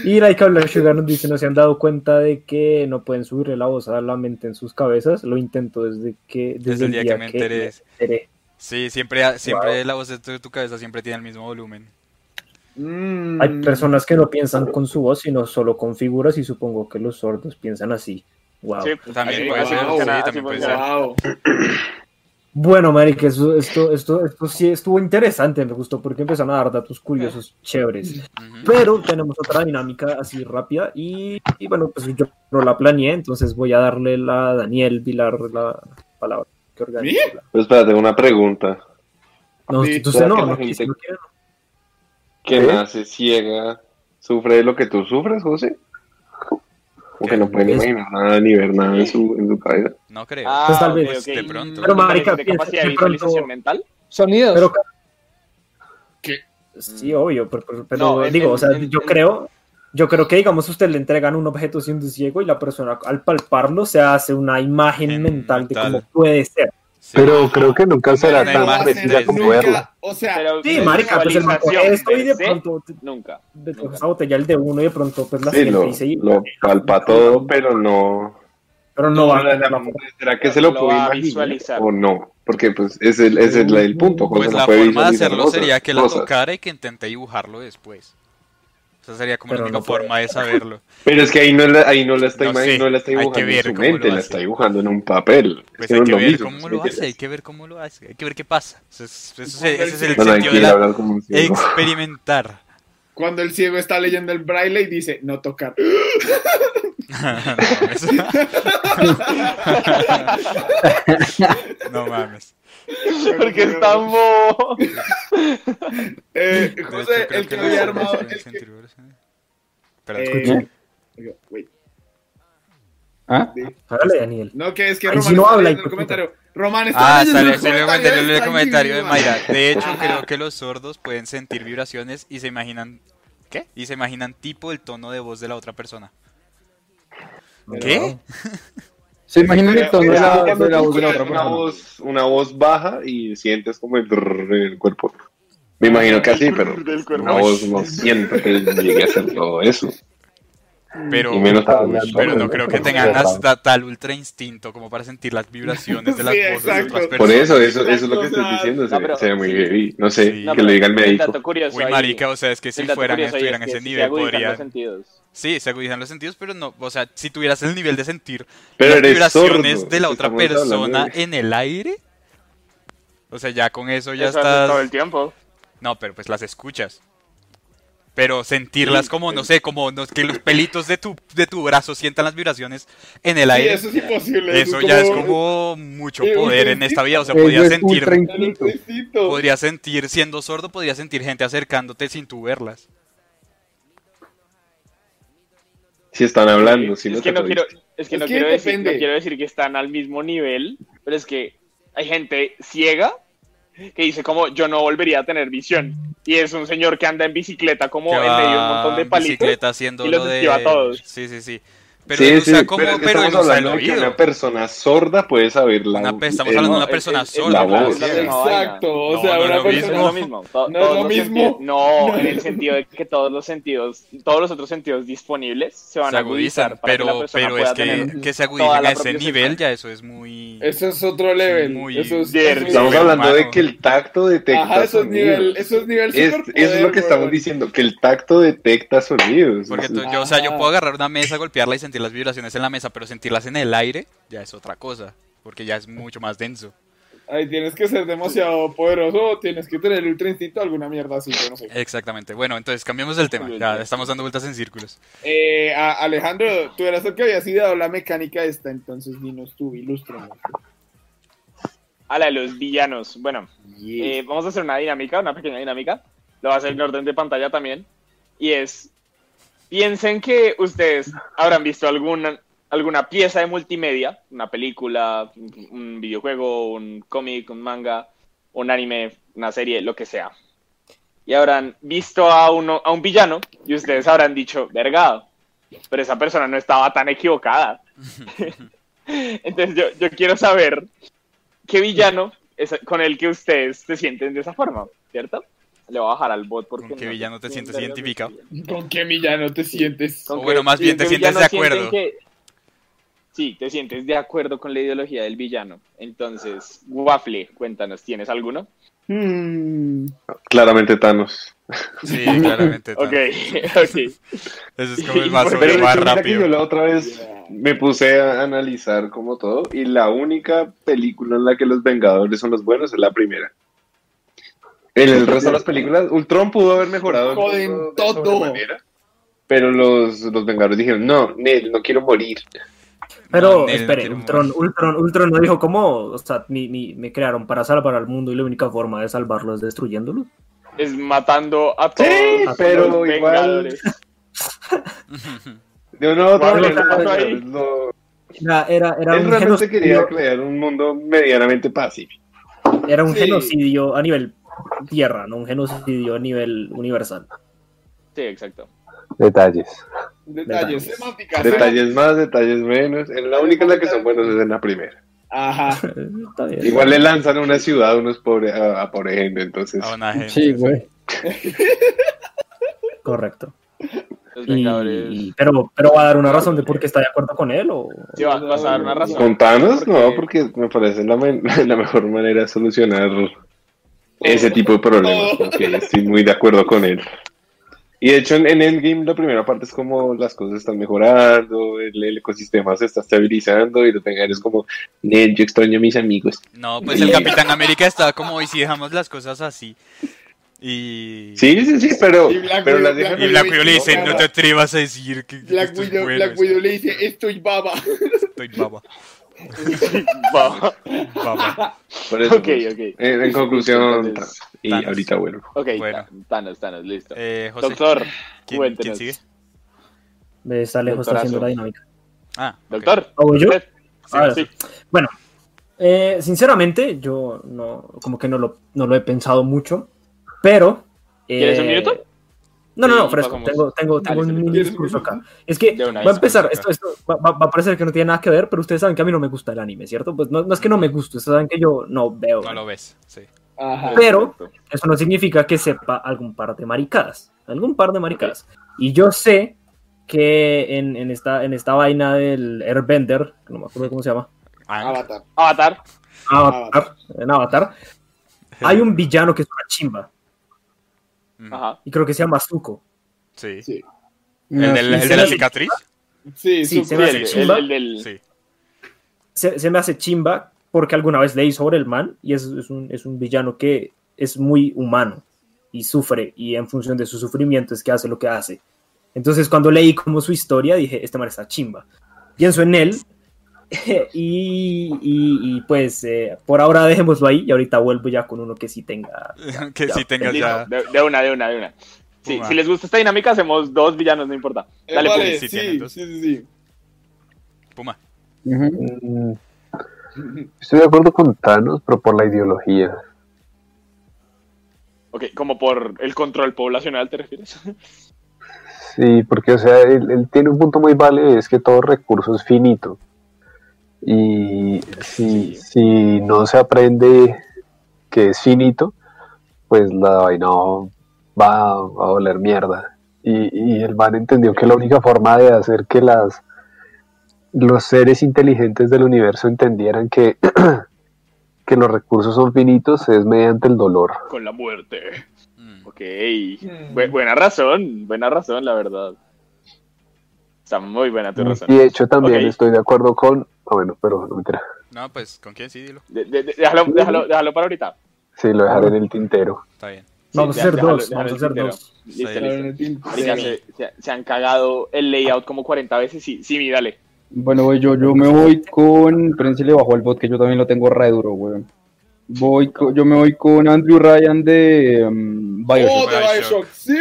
D: Y Laika Black Sugar nos dice, ¿no se han dado cuenta de que no pueden subirle la voz a la mente en sus cabezas? Lo intento desde que desde, el día, que me enteré.
B: Sí, siempre, siempre la voz de tu, tu cabeza siempre tiene el mismo volumen.
F: Mm.
D: Hay personas que no piensan con su voz, sino solo con figuras y supongo que los sordos piensan así. Wow.
H: Sí,
B: Ah, pues, También
H: así-
B: puede
H: así
B: ser,
H: funciona,
B: sí,
H: así
B: también puede
H: funciona.
F: Wow.
D: Bueno, marica, eso- esto, esto, esto sí estuvo interesante, me gustó porque empezaron a dar datos curiosos chéveres.
B: Ujú.
D: Pero tenemos otra dinámica así rápida y, y bueno, pues yo no la planeé, entonces voy a darle la a Daniel Vilar la palabra. Que organiza la-
I: Pues espérate, una pregunta.
D: No,
F: Sí,
D: usted
I: ¿será
D: no,
I: que la
D: no,
I: gente-
D: si no quiere, no.
I: ¿Que
E: ¿Eh?
I: nace ciega sufre de lo que tú sufres, José? Como que no pueden
D: Es-
I: imaginar nada ni ver nada en su, en su cabeza.
B: No creo.
H: Ah,
D: Pues tal
H: ok,
D: vez.
H: ok.
B: De pronto.
D: Pero, marica,
H: ¿De
D: piensa
H: capacidad de
D: que pronto-
H: visualización mental?
G: Sonidos.
D: [LAUGHS] Pero-
F: ¿Qué?
D: Sí, obvio, pero, pero- pero
H: No, en-
D: digo,
H: en-
D: o sea,
H: en-
D: yo
H: en-
D: creo, yo creo que digamos usted le entregan un objeto siendo ciego y la persona al palparlo se hace una imagen
B: En
D: mental de
B: mental.
D: cómo puede ser.
B: Sí.
E: Pero creo que nunca será
B: no,
E: tan
B: no,
E: precisa
B: no,
E: como
B: no,
E: verla.
F: Nunca, o sea,
H: Pero
D: Sí,
H: de
D: marica, pues el man coge
H: visualización
D: esto y de
H: per se,
D: pronto te-
H: Nunca.
D: de te vas a botellar el de uno y de pronto pues la
I: Sí,
D: siente
I: lo,
D: y se
I: lo palpa todo, pero no.
D: pero no va a
I: la-
D: tener la
I: la- ¿Será que se lo,
H: Lo
I: puede
H: va a
I: imaginar
H: visualizar.
I: o no? Porque pues es el, es el, el punto. José
B: Pues
I: no
B: la
I: puede
B: forma de
I: visualizar
B: hacerlo
I: otras
B: sería que la
I: cosas.
B: tocara y que intenté dibujarlo después. Esa sería como
D: Pero
B: la única
D: no puede.
B: forma de saberlo.
I: Pero es que ahí no la, ahí no la está,
B: No
I: ima-
B: sé,
I: no la está
B: hay que
I: dibujando
B: ver
I: en su
B: cómo lo
I: mente, la
B: hace.
I: está dibujando en un papel.
B: Pues
I: que
B: hay
I: no
B: que
I: es
B: ver
I: mismo,
B: cómo
I: ¿sí
B: lo
I: me
B: hace, hay
I: entiendes?
B: que ver cómo lo hace, hay que ver qué pasa. Eso es- eso es- ese es el
I: Bueno, hay
B: sentido de
I: que
B: la
I: hablar como un
B: [LAUGHS]
I: ciego.
B: experimentar.
F: cuando el ciego está leyendo el braille y dice, no tocar.
I: [LAUGHS]
B: no mames. [LAUGHS] no mames.
H: Porque es tan bobo.
F: [LAUGHS] Eh,
B: De
F: José,
B: hecho, creo
F: el que
B: no
F: había
B: se
F: armado...
B: puede
F: el que-
B: sentir ¿eh? verse. Espera,
F: [LAUGHS] eh, wait.
G: ¿Ah?
D: Hágale, Daniel.
F: No, que es que
D: Ay,
F: Román
D: si no
F: está
D: habla,
F: leyendo el
D: hijo de puta.
F: comentario. Román está
B: Ah,
F: leyendo
B: salió,
F: el
B: salió el
F: comentario.
B: comentario, el
F: está
B: comentario de
F: individual.
B: Mayra. De hecho,
F: Ajá.
B: creo que los sordos pueden sentir vibraciones y se imaginan. ¿Qué? Y se imaginan tipo el tono de voz de la otra persona. ¿Qué?
G: ¿Se imaginan el
I: Pero-
G: tono de la,
I: pero-
G: de la voz de la otra
I: una
G: persona?
I: voz- una voz baja y sientes como el drrr en el cuerpo. Me imagino que así, [LAUGHS] pero
H: Del
I: una
H: cuerpo.
I: voz no siento que llegue a hacer todo eso.
B: Pero,
I: Y menos tan-
B: pero no creo que tengan hasta tal ultra instinto como para sentir las
F: [LAUGHS]
B: vibraciones de las
F: Sí,
B: voces de
F: exacto.
B: otras personas.
I: Por eso, eso, eso es lo que
F: Exacto, o
I: estoy
F: sea,
I: diciendo. Se,
H: no, pero-
I: se ve muy
H: sí.
I: heavy. No sé,
B: Sí.
H: No,
I: que
H: pero
I: le diga el
H: El
I: médico.
H: dato curioso
B: Uy,
H: ahí-
B: marica, o sea, es que si
H: el dato
B: fueran,
H: curioso ahí
B: estuvieran
H: es
B: ese
H: que sí se
B: nivel,
H: agudizan los
B: podrían.
H: sentidos.
B: Sí, se agudizan los sentidos, pero no, o sea, si tuvieras el nivel de sentir
I: Pero
B: las
I: eres
B: vibraciones
I: sordo.
B: de la otra
I: Estamos hablando
B: persona
I: de-
B: en el aire. O sea, ya con eso Pues ya
H: Eso hace
B: estás.
H: todo el tiempo.
B: No, pero pues las escuchas. Pero sentirlas como, no sé, como no- que los pelitos de tu, de tu brazo sientan las vibraciones en el
F: Sí,
B: aire.
F: eso es imposible.
B: eso ya es como mucho
F: eh,
B: poder
F: ultra
B: en esta vida. O sea,
G: Eso
B: podías
G: es
B: sentir,
G: ultra
F: El
G: instinto.
F: electricito.
B: podías sentir, siendo sordo, podías sentir gente acercándote sin tú verlas.
I: Si están hablando, si
H: es,
I: no
H: que
I: te
H: no
I: lo
H: quiero,
I: dicen.
H: es que
F: Es
H: no
F: que
H: quiero decir,
F: depende.
H: no quiero decir que están al mismo nivel, pero es que hay gente ciega que dice como yo no volvería a tener visión. Y es un señor que anda en bicicleta como
B: Que
H: en medio de un
B: va
H: montón de
B: en
H: palitos.
B: bicicleta haciendo
H: y los
B: lo de.
H: esquiva a todos.
B: Sí, sí, sí. Pero él usa como,
I: Pero es
B: pero,
I: que estamos
B: él usa el
I: hablando de que
B: oído.
I: una persona sorda puede saber la eh,
B: Una pe- estamos
I: el-
B: hablando de una
H: es-
B: persona
H: es- es
B: sorda.
I: la
B: no
I: voz. ¿eh?
B: ciega.
H: Exacto.
F: Exacto, o
B: No,
F: sea,
B: no es
F: una
B: lo
F: persona...
B: mismo.
H: To-
F: No es
H: todos
F: lo
H: los
F: mismo.
H: sentidos- no, [LAUGHS] en el sentido de que todos los sentidos, todos los otros sentidos disponibles se van
B: Se
H: a agudizar.
B: agudizan,
H: para que la
B: pero,
H: persona
B: pero
H: pueda
B: es que,
H: tener-
B: que se
H: toda
B: agudizan
H: la
B: a ese
H: propia
B: nivel,
H: sensación.
B: ya eso es muy...
F: Eso es otro level.
B: muy
F: eso es,
H: bien.
F: eso es-
I: Estamos
B: Sí,
I: hablando de
B: hermano.
I: que el tacto detecta
F: Ajá, eso es
I: sonidos.
F: nivel, eso es nivel
I: Es-
F: superpoder,
I: eso es lo que estamos
F: weón.
I: diciendo, que el tacto detecta sonidos.
B: Porque tú-
I: Entonces,
B: yo, o sea, yo
F: Ajá.
B: puedo agarrar una mesa, golpearla y sentir las vibraciones en la mesa, pero sentirlas en el aire ya es otra cosa, porque ya es mucho más denso.
F: Ahí tienes que ser demasiado poderoso, tienes que tener ultra instinto, alguna mierda así, yo no sé.
B: Exactamente. Bueno, entonces cambiamos el tema. Ya estamos dando vueltas en círculos.
F: Eh, a- Alejandro, tú eras el que había sido la mecánica esta, entonces dinos tú, ilústranos.
H: A la de los villanos. Bueno, eh, vamos a hacer una dinámica, una pequeña dinámica. Lo va a hacer en orden de pantalla también. Y es, piensen que ustedes habrán visto alguna, alguna pieza de multimedia, una película, un- un videojuego, un cómic, un manga, un anime, una serie, lo que sea. Y habrán visto a, uno, a un villano y ustedes habrán dicho, vergado. Pero esa persona no estaba tan equivocada. [LAUGHS] Entonces yo, yo quiero saber ¿Qué villano es con el que ustedes se sienten de esa forma? ¿Cierto? Le voy a bajar al bot porque...
B: ¿Con qué
H: no
B: villano te
H: sé
B: sientes
H: quién
B: identificado?
F: ¿Con qué villano te sientes?
H: ¿Con
B: O
H: qué-
B: bueno, más
H: y
B: bien
H: qué
B: te sientes
H: villano
B: de
H: sienten
B: acuerdo.
H: que- Sí, te sientes de acuerdo con la ideología del villano. Entonces, Waffle, cuéntanos, ¿tienes alguno?
I: Claramente Thanos.
B: Sí,
I: [LAUGHS]
B: claramente.
H: Ok, [LAUGHS]
B: Thanos.
H: ok.
B: Eso es como el
H: Y
B: más,
H: por-
I: Pero de
B: más
I: hecho, mira que yo
B: rápido. [LAUGHS]
I: la otra vez me puse a analizar como todo y la única película en la que los Vengadores son los buenos es la primera. En el resto de las películas, Ultron pudo haber mejorado el
F: Joden
I: mundo de
F: todo.
I: sobremanera, pero los, los Vengadores dijeron, no, Nel, no quiero morir.
B: No,
D: Pero,
B: Nel, no
D: espere,
B: quiero morir.
D: Ultron, Ultron, Ultron no dijo cómo, o sea, mi- mi- me crearon para salvar al mundo y la única forma de salvarlo es destruyéndolo.
H: Es matando a todos
I: Sí,
H: los
I: pero igual-
H: Vengadores.
I: De una u otra
H: Bueno,
I: manera,
H: ¿qué pasó
I: los
H: ahí?
I: Vengadores lo-
D: Era, era, era
I: él
D: un,
I: realmente quería
D: genocidio,
I: crear un mundo medianamente pacífico.
D: era un
F: Sí.
D: genocidio a nivel tierra, no un genocidio a nivel universal. [LAUGHS]
H: Sí, exacto.
E: Detalles.
F: Detalles,
D: Detalles.
F: semánticas.
I: Detalles más, detalles menos. En la única en la que son buenos es en la primera.
F: ¿eh? Ajá.
D: Está bien.
I: Igual le lanzan a una ciudad a unos pobres, a, a pobre gente, entonces.
B: A una gente.
G: Sí, güey.
D: Correcto.
H: Los
D: Y-
H: Vengadores.
D: y- pero, pero va a dar una razón de por qué está de acuerdo con él o...
H: Sí, vas, vas a dar una razón.
I: ¿Con Thanos? No, porque me [LAUGHS] parece la, men- la mejor manera de solucionar ese tipo de problemas.
F: Todo.
I: Así que estoy muy de acuerdo con él. Y de hecho, en, en Endgame, la primera parte es como las cosas están mejorando, el, el ecosistema se está estabilizando y los Vengadores, como, "Nel, yo extraño a mis amigos.
B: No, pues el Capitán América estaba como, y si dejamos las cosas así. Y...
I: Sí, sí, sí, pero,
F: Y Black
I: pero
F: Widow-
I: las
F: Black
I: dejan.
B: Y Black Widow le dice,
F: No,
B: no te atrevas a decir que que
F: Black
B: esto es
F: Widow,
B: bueno,
F: Black
B: esto-
F: Widow le dice, estoy baba.
B: estoy baba,
H: Va.
B: baba.
I: Por eso,
H: Ok,
I: pues,
H: ok.
I: En, en conclusión,
H: Entonces,
I: y
B: Thanos.
I: ahorita vuelvo.
H: Ok,
B: Bueno.
H: Thanos, Thanos, listo.
B: Eh, José,
H: Doctor,
B: ¿quién, quién
H: cuéntenos.
B: sigue?
D: de Está lejos, está
H: Doctorazo. Pues,
D: haciendo la dinámica.
B: Ah, ok.
H: Doctor.
D: ¿O voy yo?
H: usted. Sí,
D: Ah,
H: sí.
D: Bueno, eh, sinceramente, yo no, como que no lo, no lo he pensado mucho, pero... eh,
H: ¿Quieres un minuto?
D: No, no, no,
H: Sí,
D: fresco,
H: pasamos.
D: tengo, tengo,
H: Dale,
D: tengo un
H: dale,
D: mini
F: dale.
D: discurso acá. Es que
H: De una
D: va a
H: vez,
D: empezar,
B: acá.
D: esto, esto va, va- va a parecer que no tiene nada que ver, pero ustedes saben que a mí no me gusta el anime, ¿cierto? Pues no, no es que no me guste, ustedes saben que yo no veo.
B: No lo ves, sí.
F: Ajá.
D: Pero eso no significa que sepa algún par de maricadas. Algún par de maricadas. Y yo sé que en, en esta, en esta vaina del Airbender, que no me acuerdo cómo se llama,
B: Ah,
F: Avatar.
H: Avatar.
D: Avatar, en Avatar, hay un villano que es una chimba.
B: mm,
H: Ajá.
D: Y creo que se llama Zuko.
B: Sí.
F: Sí.
B: ¿El de, la- el de la cicatriz?
F: Sí,
D: Sí,
F: su-
D: se me
H: Sí,
D: hace
H: el, el-
D: chimba.
H: el del...
B: Sí. [LAUGHS]
D: se, se me hace chimba porque alguna vez leí sobre el man y es, es un, es un villano que es muy humano y sufre y en función de su sufrimiento es que hace lo que hace. Entonces cuando leí como su historia dije, este man está chimba. Pienso en él [LAUGHS] y, y- y, pues eh, por ahora dejémoslo ahí y ahorita vuelvo ya con uno que sí tenga...
B: que sí tengas
H: Listo,
B: ya...
H: De, de una, de una, de una. Sí,
B: Puma.
H: si les gusta esta dinámica, hacemos dos villanos, no importa.
F: eh,
H: Dale,
F: vale,
B: pues, sí
F: sí,
B: tiene
F: sí,
B: dos.
F: sí, sí.
B: Puma.
G: Ujú.
E: Mm, Estoy de acuerdo con Thanos, pero por la ideología.
H: Ok, como por el control poblacional, ¿te refieres?
E: Sí, porque, o sea, él, él tiene un punto muy válido, es que todo recurso es finito. Y si, si no se aprende que es finito, pues la vaina va a oler mierda. Y, y el man entendió que la única forma de hacer que las los seres inteligentes del universo entendieran que, [CLEARS THROAT] que los recursos son finitos es mediante el dolor.
H: [LAUGHS] Con la muerte.
B: Mm.
H: Ok. Bu- buena razón, buena razón, la verdad. Está muy buena
D: Mm.
H: tu razón.
E: Y de hecho también
H: Ok.
E: estoy de acuerdo con... Ah, bueno, pero no mentira.
B: No, pues, ¿con quién sí? Dilo.
H: De- de- de- déjalo, déjalo, déjalo para ahorita.
E: Sí, lo dejaré en el tintero.
B: Está bien.
D: Vamos a
H: ya,
D: hacer
H: déjalo,
D: dos,
H: déjalo
D: vamos a
H: en
D: hacer
H: tintero.
D: dos.
H: Listo,
B: Sí.
H: listo. Marica,
F: Marica,
H: se, se- se han cagado el layout como 40 veces. Sí, sí, mi, dale.
G: Bueno, güey, yo, yo me voy con. Espérense, le bajo al bot, que yo también lo tengo re duro, weón. Voy co- yo me voy con Andrew Ryan de mm, Bioshock.
F: ¡Oh, de Bioshock! ¡Sí!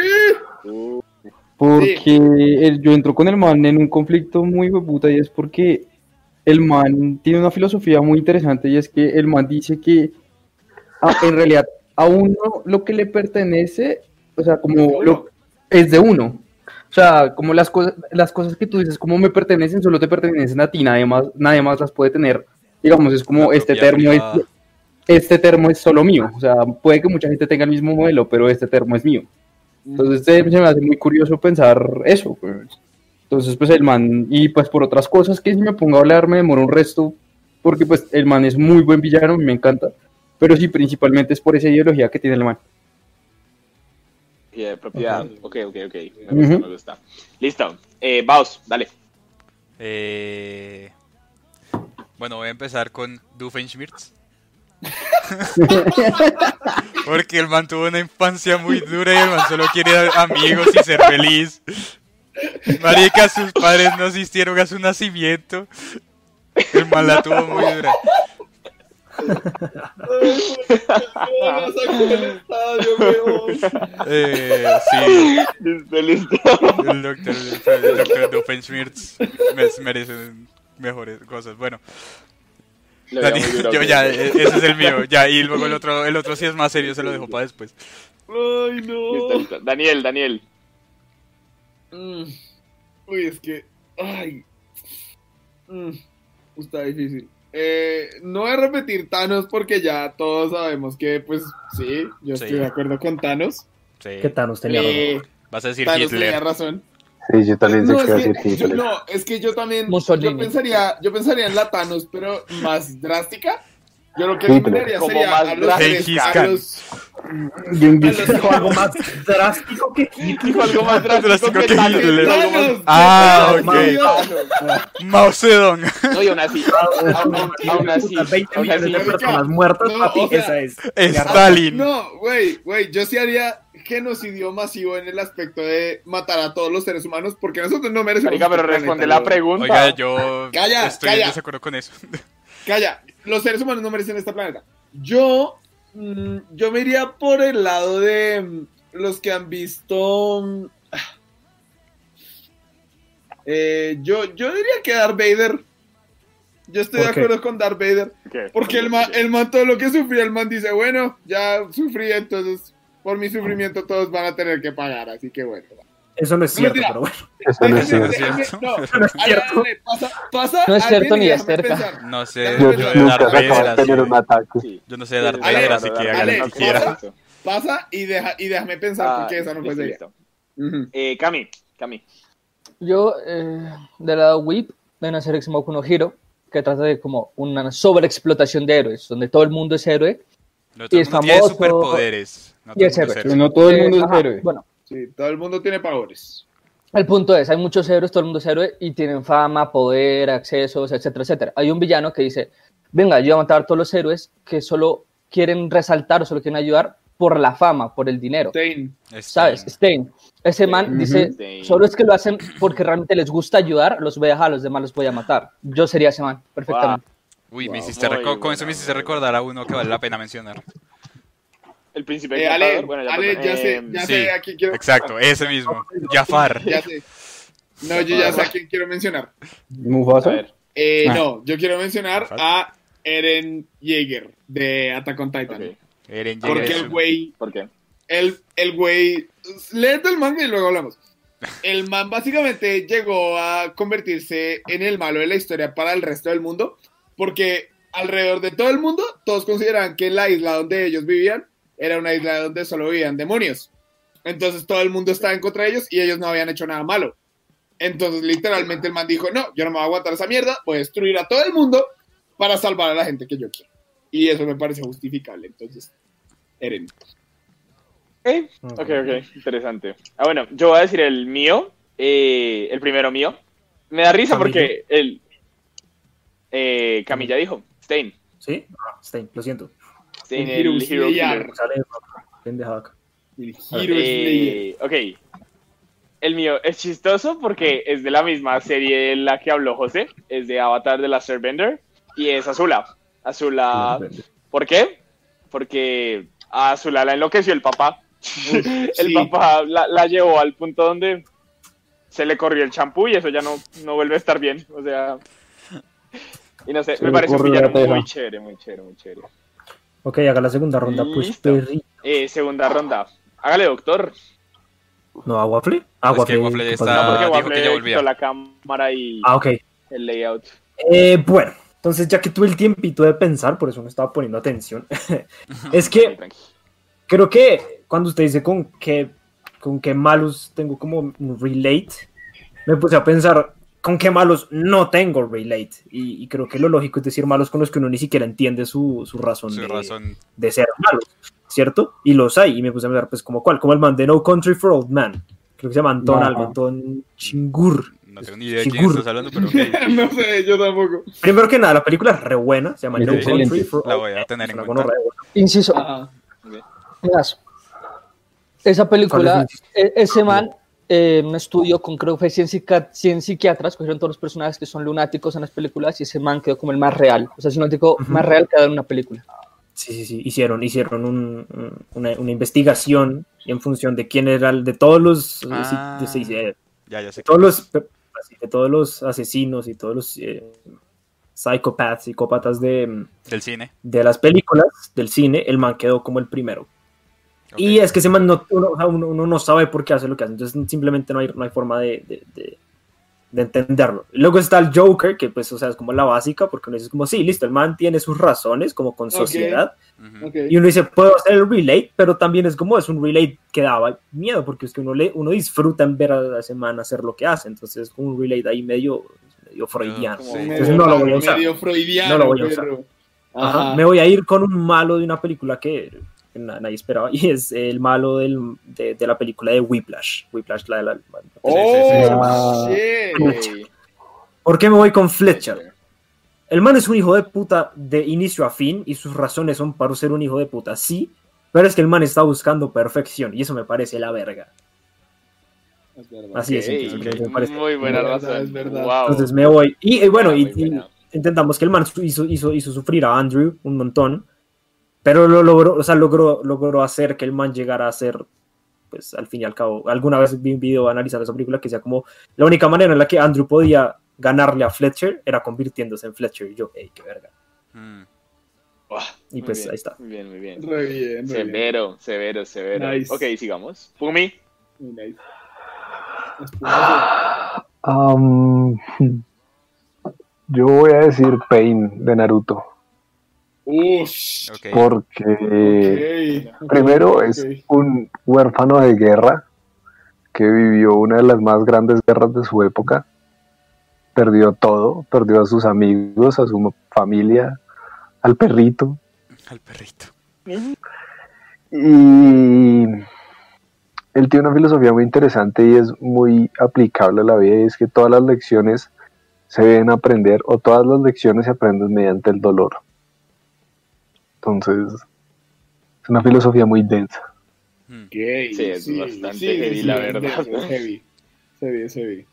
G: Porque el- yo entro con el man en un conflicto muy puta y es porque el man tiene una filosofía muy interesante y es que el man dice que a- en realidad a uno lo que le pertenece, o sea,
J: Uh,
G: como lo, es de uno. O sea, como las cosas, las cosas que tú dices como me pertenecen, solo te pertenecen a ti, nadie más, nadie más las puede tener. Digamos, es como
B: La
G: este
B: propiedad
G: termo es,
B: privada.
G: este termo es solo mío. O sea, puede que mucha gente tenga el mismo modelo, pero este termo es mío. Entonces se, se me hace muy curioso pensar eso. pues. Entonces, pues el man, y pues por otras cosas que si me pongo a hablar me demoro un resto, porque pues el man es muy buen villano, me encanta. Pero sí, principalmente es por esa ideología que tiene el man.
H: Y de propiedad. Ok, ok, ok. Me gusta,
G: Ujú.
H: me gusta. Listo. Eh, Baos, dale.
B: Eh, Bueno, voy a empezar con Doofenshmirtz. Porque el man tuvo una infancia muy dura y el man solo quiere amigos y ser feliz. Marica, sus padres no asistieron a su nacimiento. El man la tuvo muy dura.
F: ¡No sacó el estadio, weón!
B: Eh, sí,
H: Listo, listo.
B: el doctor, el doctor Doofenshmirtz me- merece mejores cosas. Bueno,
H: Lo
B: Dani,
H: veo muy duro,
B: yo
H: ok.
B: ya, e- ese es el mío. Ya, y luego el otro, el otro sí es más serio, se lo dejo para después.
F: ¡Ay,
H: Listo,
F: no!
H: listo. Daniel, Daniel.
F: Mm. Uy, es que... ¡Ay! Mm. Está difícil. Eh, no voy a repetir Thanos porque ya todos sabemos que, pues, sí, yo
B: Sí.
F: estoy de acuerdo con Thanos.
B: Sí.
D: ¿Qué Thanos tenía
F: [LAUGHS]
D: razón?
F: Eh,
B: Vas a decir
F: Thanos tenía
B: Hitler.
F: razón.
E: Sí, yo también
F: No,
E: sé que iba a
F: es
E: decir
F: que, yo,
E: Hitler.
F: no, es que yo también
J: Mussolini.
F: yo pensaría, yo pensaría en la Thanos, pero más drástica. Yo lo que eliminaría
H: Como
F: sería
H: más
F: a los,
B: drástica.
F: tres,
B: Gengis
F: a
B: Khan.
F: los-
D: Dijo algo más [LAUGHS] drástico que
H: Dijo algo más drástico que
B: Drástico que
H: Hitler.
B: Hitler.
H: Algo más-
F: Thanos.
B: Ah,
F: Thanos,
B: ok.
F: Dios.
B: Mao Zedong.
H: No, y aún así, aún, aún- aún así,
D: 20
H: aún
D: millones
H: así,
D: de
F: marica.
D: personas muertas,
F: No,
D: papi,
F: o sea,
D: esa es.
B: Stalin.
F: No, güey, güey, yo sí haría genocidio masivo en el aspecto de matar a todos los seres humanos porque nosotros no merecemos.
H: marica, pero
F: este planeta,
H: responde la
F: güey.
H: pregunta.
B: Oiga, yo
F: Calla,
B: estoy
F: calla.
B: en desacuerdo con eso.
F: Calla, los seres humanos no merecen este planeta. Yo, mm, yo me iría por el lado de mm, los que han visto. mm, [SIGHS] eh, yo, yo diría que Darth Vader. Yo estoy de
D: ¿Por qué?
F: acuerdo con Darth Vader.
H: Ok.
F: Porque el man, el man todo lo que sufría, el man dice, bueno, ya sufrí, entonces por mi sufrimiento todos van a tener que pagar, así que bueno.
D: Eso no es
F: No,
D: cierto,
F: mentira.
D: pero bueno. [LAUGHS]
E: Eso no es
B: Déjenme-
E: cierto.
B: cierto.
H: [LAUGHS]
F: No,
D: Eso no es
F: Ale,
D: cierto.
F: Ale, pasa, pasa
J: No es
F: alguien
J: cierto
F: y
J: ni es
F: déjame
J: cerca.
F: pensar.
B: No sé, yo
E: Yo
B: de
E: nunca
B: Darth
E: acabo de
B: Vader,
E: tener un
B: así-
E: ataque.
H: Sí.
B: yo no sé de Darth
F: Ale,
B: Vader, así que
F: Ale,
B: hagan lo
F: Ale,
B: que quieran.
F: pasa. Pasa y, deja, y déjame pensar
H: Ah,
F: porque esa no fue
H: listo,
F: seria.
H: listo.
F: Ujú.
H: Eh, Cami, Cami.
J: Yo, eh, del lado WIP, de una serie que se llama Boku no Hero, que trata de como una sobreexplotación de héroes, donde todo el mundo es héroe.
B: No todo
J: Y
B: el
J: es
B: mundo tiene
J: famoso,
B: superpoderes. No Ah,
J: y
B: todo el
J: es
B: mundo
J: héroe.
B: es
G: Pero
B: héroe.
G: no todo el
J: Eh,
G: mundo es
J: ajá,
G: héroe.
J: Bueno,
F: Sí, todo el mundo tiene favores.
J: El punto es, hay muchos héroes, todo el mundo es héroe y tienen fama, poder, accesos, etcétera, etcétera. Hay un villano que dice, venga, yo voy a matar a todos los héroes que solo quieren resaltar o solo quieren ayudar por la fama, por el dinero.
F: Tain.
J: ¿Sabes?
B: Este,
J: Stein. Ese man
G: Ujú.
J: dice,
H: Stein.
J: solo es que lo hacen porque realmente les gusta ayudar, los voy a dejar, los demás los voy a matar. Yo sería ese man, perfectamente.
B: Uy, me
H: Wow,
B: hiciste
H: muy
B: reco- con
H: buena,
B: eso me hiciste
H: muy
B: recordar a uno que vale la pena mencionar.
H: El príncipe
F: Eh,
H: encantador,
F: Ale,
H: bueno, ya,
F: Ale,
H: perdón.
F: ya
H: Eh,
F: sé, ya
B: sí,
F: sé a quién quiero.
B: Exacto, ese mismo. Jafar.
F: Ya sé. No, yo ya sé a quién quiero mencionar.
H: A
G: Mufasa.
H: ver,
F: Eh,
G: Ah.
F: No, yo quiero mencionar a Eren Jaeger de Attack on Titan.
H: ok,
B: Eren
F: Porque
B: Yeager.
F: el güey,
H: ¿por qué?
F: el, el güey, léete el manga y luego hablamos. el man básicamente llegó a convertirse en el malo de la historia para el resto del mundo, porque alrededor de todo el mundo todos consideraban que la isla donde ellos vivían era una isla donde solo vivían demonios. Entonces todo el mundo estaba en contra de ellos y ellos no habían hecho nada malo. Entonces literalmente el man dijo, no, yo no me voy a aguantar esa mierda, voy a destruir a todo el mundo para salvar a la gente que yo quiero. Y eso me parece justificable. Entonces, Eren.
H: Eh, Ok, ok, interesante. Ah, bueno, yo voy a decir el mío, eh, el primero mío. Me da risa porque el eh, Camilla dijo, Stein.
D: ¿Sí? Ah, Stein, lo siento.
H: Stein el Hero Killer.
D: Sale de mapa, pendeja acá.
F: El
H: Eh,
F: Hero Slayer.
H: ok. El mío es chistoso porque es de la misma serie en la que habló José, es de Avatar de la Airbender y es Azula. Azula. ¿Por qué? Porque a Azula la enloqueció el papá. [LAUGHS] el
F: sí.
H: papá la, la llevó al punto donde se le corrió el champú y eso ya no, no vuelve a estar bien. O sea. Y no sé,
G: Se
H: me
G: le
H: parece un
G: corrió la
H: villano muy
G: tela.
H: chévere, muy chévere, muy chévere.
D: Ok, haga la segunda ronda, pues,
H: Listo.
D: perri.
H: Eh, segunda ronda. Hágale, doctor.
D: ¿No, a Waffle? A
B: Es Pues que
D: Waffle,
B: Waffle
D: ¿qué
B: está-
D: pasa?
H: No, porque
B: dijo que
H: Waffle
B: ya volvía.
H: quitó la cámara y
D: Ah, ok.
H: el layout.
D: Eh, bueno, entonces ya que tuve el tiempito de pensar, por eso no estaba poniendo atención, [LAUGHS] es que
H: Tranqui.
D: creo que cuando usted dice con qué, con qué malos tengo como un relate, me puse a pensar con qué malos no tengo relate. Y, y creo que lo lógico es decir malos con los que uno ni siquiera entiende su, su razón,
B: Su
D: de,
B: razón.
D: de ser malos, ¿cierto? Y los hay, y me puse a pensar, pues, como cuál, como el man de No Country for Old Man. Creo que se llama Anton
G: No.
D: algo, Anton Chingur.
B: No tengo ni idea de quién estás hablando, pero ok,
F: [LAUGHS] [LAUGHS] no sé, yo tampoco.
D: Primero que nada, la película es re buena, se llama
G: Es
D: No
G: excelente,
D: Country for
B: la
D: Old
B: voy a tener
D: Es
B: en
D: una
B: cuenta.
D: gonorrea, güey.
J: Inciso,
F: Ah.
J: miras, esa película,
D: ¿Cuál es
J: e- ese man, eh, un estudio con creo que fue 100, psica- 100 psiquiatras, cogieron todos los personajes que son lunáticos en las películas y ese man quedó como el más real. O sea, es el lunático
D: Ujú.
J: más real que ha dado en una película.
D: Sí, sí, sí. Hicieron, hicieron un- un- una, una investigación en función de quién era el- de todos los eh,
B: Ah.
D: sí, de- sí, eh,
B: Ya, ya sé.
D: todos los así, de todos los asesinos y todos los eh, psychopaths, psicópatas de,
B: Del cine.
D: de las películas del cine, el man quedó como el primero.
B: Ok.
D: Y es que ese man no, uno, o sea, uno- uno no sabe por qué hace lo que hace, entonces simplemente no hay, no hay forma de, de- de- de entenderlo. Luego está el Joker, que pues, o sea, es como la básica, porque uno dice como, sí, listo, el man tiene sus razones, como con
F: Ok.
D: sociedad,
B: Ujú.
F: Ok.
D: y uno dice, puedo hacer el relate, pero también es como es un relate que daba miedo, porque es que uno, le, uno disfruta en ver a la semana hacer lo que hace, entonces es como un relate ahí medio, Ah, medio freudiano.
B: Sí.
D: Entonces no lo voy a usar.
F: Medio
D: No
F: freudiano,
D: lo voy a usar.
F: perro.
D: Ajá, Me voy a ir con un malo de una película que que na- nadie esperaba, y es el malo del- de, de la película de Whiplash. Whiplash, la de la...
F: Oh, shit.
D: ¿Por qué me voy con Fletcher? El man es un hijo de puta de inicio a fin y sus razones son para ser un hijo de puta, sí, pero es que el man está buscando perfección y eso me parece la verga.
F: Es verdad.
D: Así es,
H: Ok,
D: simplemente
H: ok.
D: me parece.
H: Muy buena
F: Es verdad,
H: razón.
F: es verdad.
H: Wow.
D: Entonces me voy. Y, eh, bueno, y,
H: Muy buena.
D: y intentamos que el man su- hizo, hizo, hizo sufrir a Andrew un montón, pero lo logró, o sea, logró, logró hacer que el man llegara a ser, pues al fin y al cabo, alguna vez vi un video analizando esa película que decía como la única manera en la que Andrew podía ganarle a Fletcher era convirtiéndose en Fletcher. Y yo, ey, qué verga.
B: Mm.
D: Y
H: Muy
D: pues
H: bien,
D: ahí está.
H: Muy bien, muy bien.
F: Re bien, re bien.
H: Severo, severo, severo.
F: Nice.
H: Ok, sigamos. Pumi.
F: Muy nice.
E: Ah. Am, yo voy a decir Pain de Naruto.
F: Ush.
B: Ok.
E: Porque
F: Ok.
E: primero
F: Ok.
E: es un huérfano de guerra que vivió una de las más grandes guerras de su época. Perdió todo, perdió a sus amigos, a su familia, al perrito.
B: Al perrito.
E: Y él tiene una filosofía muy interesante y es muy aplicable a la vida, y es que todas las lecciones se deben aprender o todas las lecciones se aprenden mediante el dolor. Entonces, es una filosofía muy densa.
B: Mm.
F: Ok,
H: Sí, es bastante heavy, la verdad.
F: Es heavy. Es heavy, es heavy.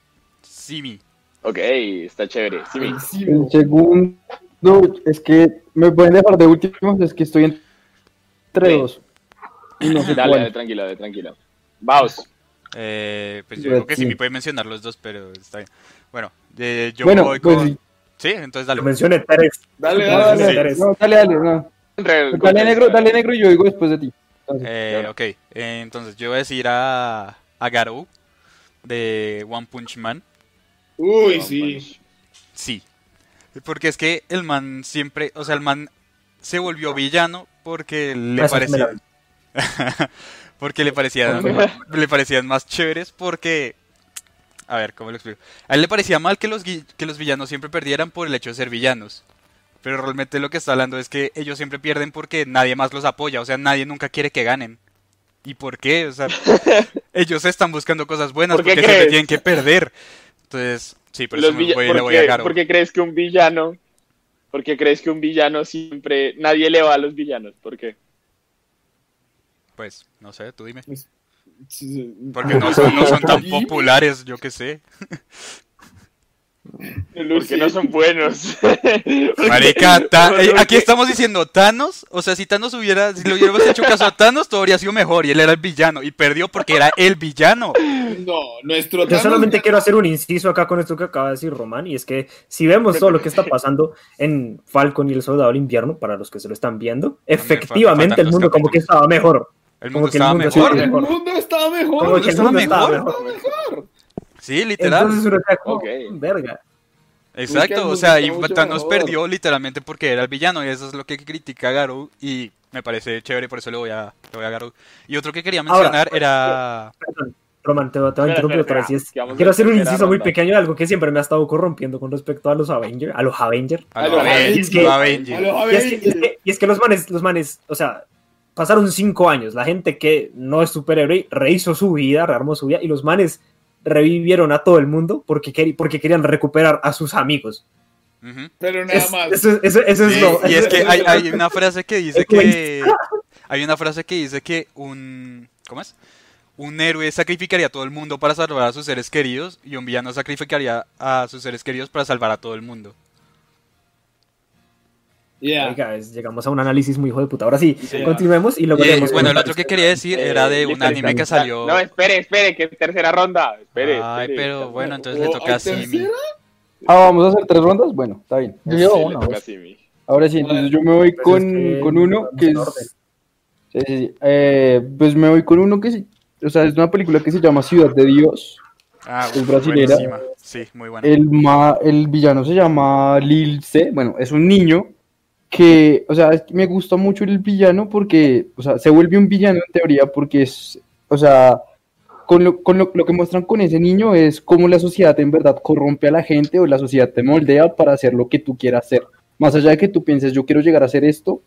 B: Simi.
H: Ok, está chévere. Sí, mi.
F: Sí,
G: El segundo es que me pueden dejar de últimos, es que estoy entre
H: Sí.
G: dos. Y No sé
H: Dale, dale,
G: cuál.
H: tranquilo, dale, tranquilo. Vaos.
B: Eh, pues yo
G: Red
B: creo que Simi
G: Team.
B: puede mencionar los dos, pero está bien. Bueno, eh, yo
G: Bueno,
B: voy
G: pues,
B: con. Sí, entonces dale.
D: Lo mencioné tres.
F: Dale,
G: No,
F: dale,
G: dale,
F: dale.
B: Sí.
G: dale, no, dale, dale, no.
H: Re-
G: Dale negro, dale negro y yo digo después de ti.
B: Eh, ok, eh, entonces yo voy a decir a, a Garou de One Punch Man?
F: Uy, sí.
B: Sí. Porque es que el man siempre, o sea, el man se volvió villano porque le
D: Gracias,
B: parecía...
D: Melo.
B: [LAUGHS] porque le parecían, le parecían más chéveres porque... A ver, ¿cómo lo explico? A él le parecía mal que los, gui- que los villanos siempre perdieran por el hecho de ser villanos. Pero realmente lo que está hablando es que ellos siempre pierden porque nadie más los apoya, o sea, nadie nunca quiere que ganen. ¿Y por qué?
H: [LAUGHS]
B: O sea, ellos están buscando cosas buenas
H: ¿Por qué
B: porque siempre
H: crees?
B: tienen que perder. Entonces, sí, pero
H: Los
B: eso
H: villa-
B: me voy,
H: ¿por
B: le voy
H: qué-
B: a Caro.
H: por qué crees que un villano, porque crees que un villano siempre, nadie le va a los villanos? ¿Por qué?
B: Pues, no sé, tú dime.
F: Sí, sí.
B: Porque no son, no son tan populares, yo qué sé.
H: Porque no son
G: [LAUGHS]
H: buenos.
B: Marica, ta-
H: No, no,
B: eh, aquí
H: porque-
B: estamos diciendo Thanos, o sea, si Thanos hubiera, si le hubiéramos hecho caso a Thanos, todo habría sido mejor y él era el villano y perdió porque era el villano.
F: No, nuestro
D: Yo
F: Thanos
D: solamente
F: ya-
D: quiero hacer un inciso acá con esto que acaba de decir Román, y es que si vemos todo lo que está pasando en Falcon y el Soldado del Invierno, para los que se lo están viendo, efectivamente
B: faltan
D: el
B: los
D: mundo como que
B: capítulos.
D: estaba mejor.
B: El
D: Como
B: mundo
D: que el
B: estaba
D: mundo
B: mejor.
D: sí.
F: El mundo estaba mejor.
D: Como que el
B: estaba
D: mundo estaba
B: mejor.
D: mejor.
B: Sí, literal.
D: Entonces uno está como,
H: Ok.
D: verga.
F: Busca el
B: Exacto, o
F: mundo
B: sea,
F: está
B: y
F: mucho
B: Thanos
F: mejor.
B: perdió literalmente porque era el villano y eso es lo que critica Garou y me parece chévere, por eso le voy a, le voy a Garou. Y otro que quería
D: Ahora,
B: mencionar era...
D: Perdón, Román, te, te voy a
H: Espera,
D: interrumpir
H: espera,
D: otra vez. y es-
H: que vamos a
D: quiero hacer un
H: terminar
D: inciso muy
H: hablando.
D: pequeño de algo que siempre me ha estado corrompiendo con respecto a los Avengers. A los Avengers.
B: A
F: los
B: los Avengers,
D: Avengers.
B: los Avengers.
F: A los
D: Y es, que, y es
F: Avengers.
D: que- y es que los manes, los manes, o sea, pasaron cinco años. La gente que no es superhéroe rehizo su vida, rearmó su vida, y los manes revivieron a todo el mundo porque, queri- porque querían recuperar a sus amigos.
B: Ujú.
F: Pero nada
D: Es-
F: más.
D: eso, eso- eso es
B: Sí,
D: lo.
B: y es que
F: eso-
B: hay, hay una frase que dice
D: Es como-
B: que hay una frase que dice que un ¿cómo es? Un héroe sacrificaría a todo el mundo para salvar a sus seres queridos y un villano sacrificaría a sus seres queridos para salvar a todo el mundo. eh,
F: Yeah.
D: Oiga, es- llegamos a un análisis muy hijo de puta. Ahora sí,
F: Sí.
D: continuemos y luego
B: Y, eh,
D: leemos
B: bueno, el
D: comentarios.
B: otro que quería decir era de un
H: listo,
B: anime que
H: listo.
B: salió.
H: Eh, No, espere, espere, que es tercera ronda. Espere.
B: Ay,
H: espere. Oh,
B: pero bueno, entonces
F: ¿O
B: le
F: hay
B: toca a Simi.
F: tercera?
G: Ah, vamos a hacer tres rondas. Bueno, está bien.
J: Yo llevo
H: Sí, le
J: uno.
H: toca a Simi.
G: Ahora sí, entonces yo me voy
D: Pues
G: con,
D: es que
G: con uno
D: vamos
G: que
D: en
G: es.
D: orden.
G: Sí, sí, sí. Eh, pues me voy con uno que sí. O sea, es una película que se llama Ciudad de Dios.
B: Ah,
G: El
B: uf,
G: brasilera.
B: buenísima. Sí, muy buena.
G: El, ma- el villano se llama Lil C. Bueno, es un niño que, o sea, es que me gusta mucho el villano porque, o sea, se vuelve un villano en teoría porque es, o sea, con lo, con lo, lo que muestran con ese niño es cómo la sociedad en verdad corrompe a la gente o la sociedad te moldea para hacer lo que tú quieras hacer. Más allá de que tú pienses, yo quiero llegar a hacer esto,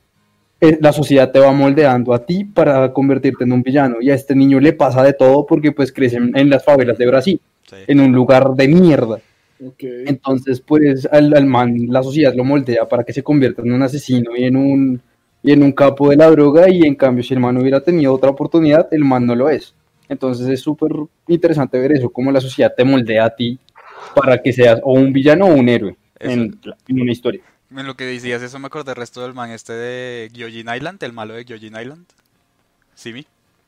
G: eh, la sociedad te va moldeando a ti para convertirte en un villano. Y a este niño le pasa de todo porque pues crece en- en las favelas de Brasil,
B: Sí.
G: en un lugar de mierda.
F: Okay.
G: Entonces, pues al, al man la sociedad lo moldea para que se convierta en un asesino y en un, y en un capo de la droga y en cambio si el man hubiera tenido otra oportunidad, el man no lo es. Entonces es súper interesante ver eso, cómo la sociedad te moldea a ti para que seas o un villano o un héroe
B: Eso.
G: en, en una historia.
B: En lo que decías, eso me acordé el resto del man este de Gyojin Island, el malo de Gyojin Island. Simi,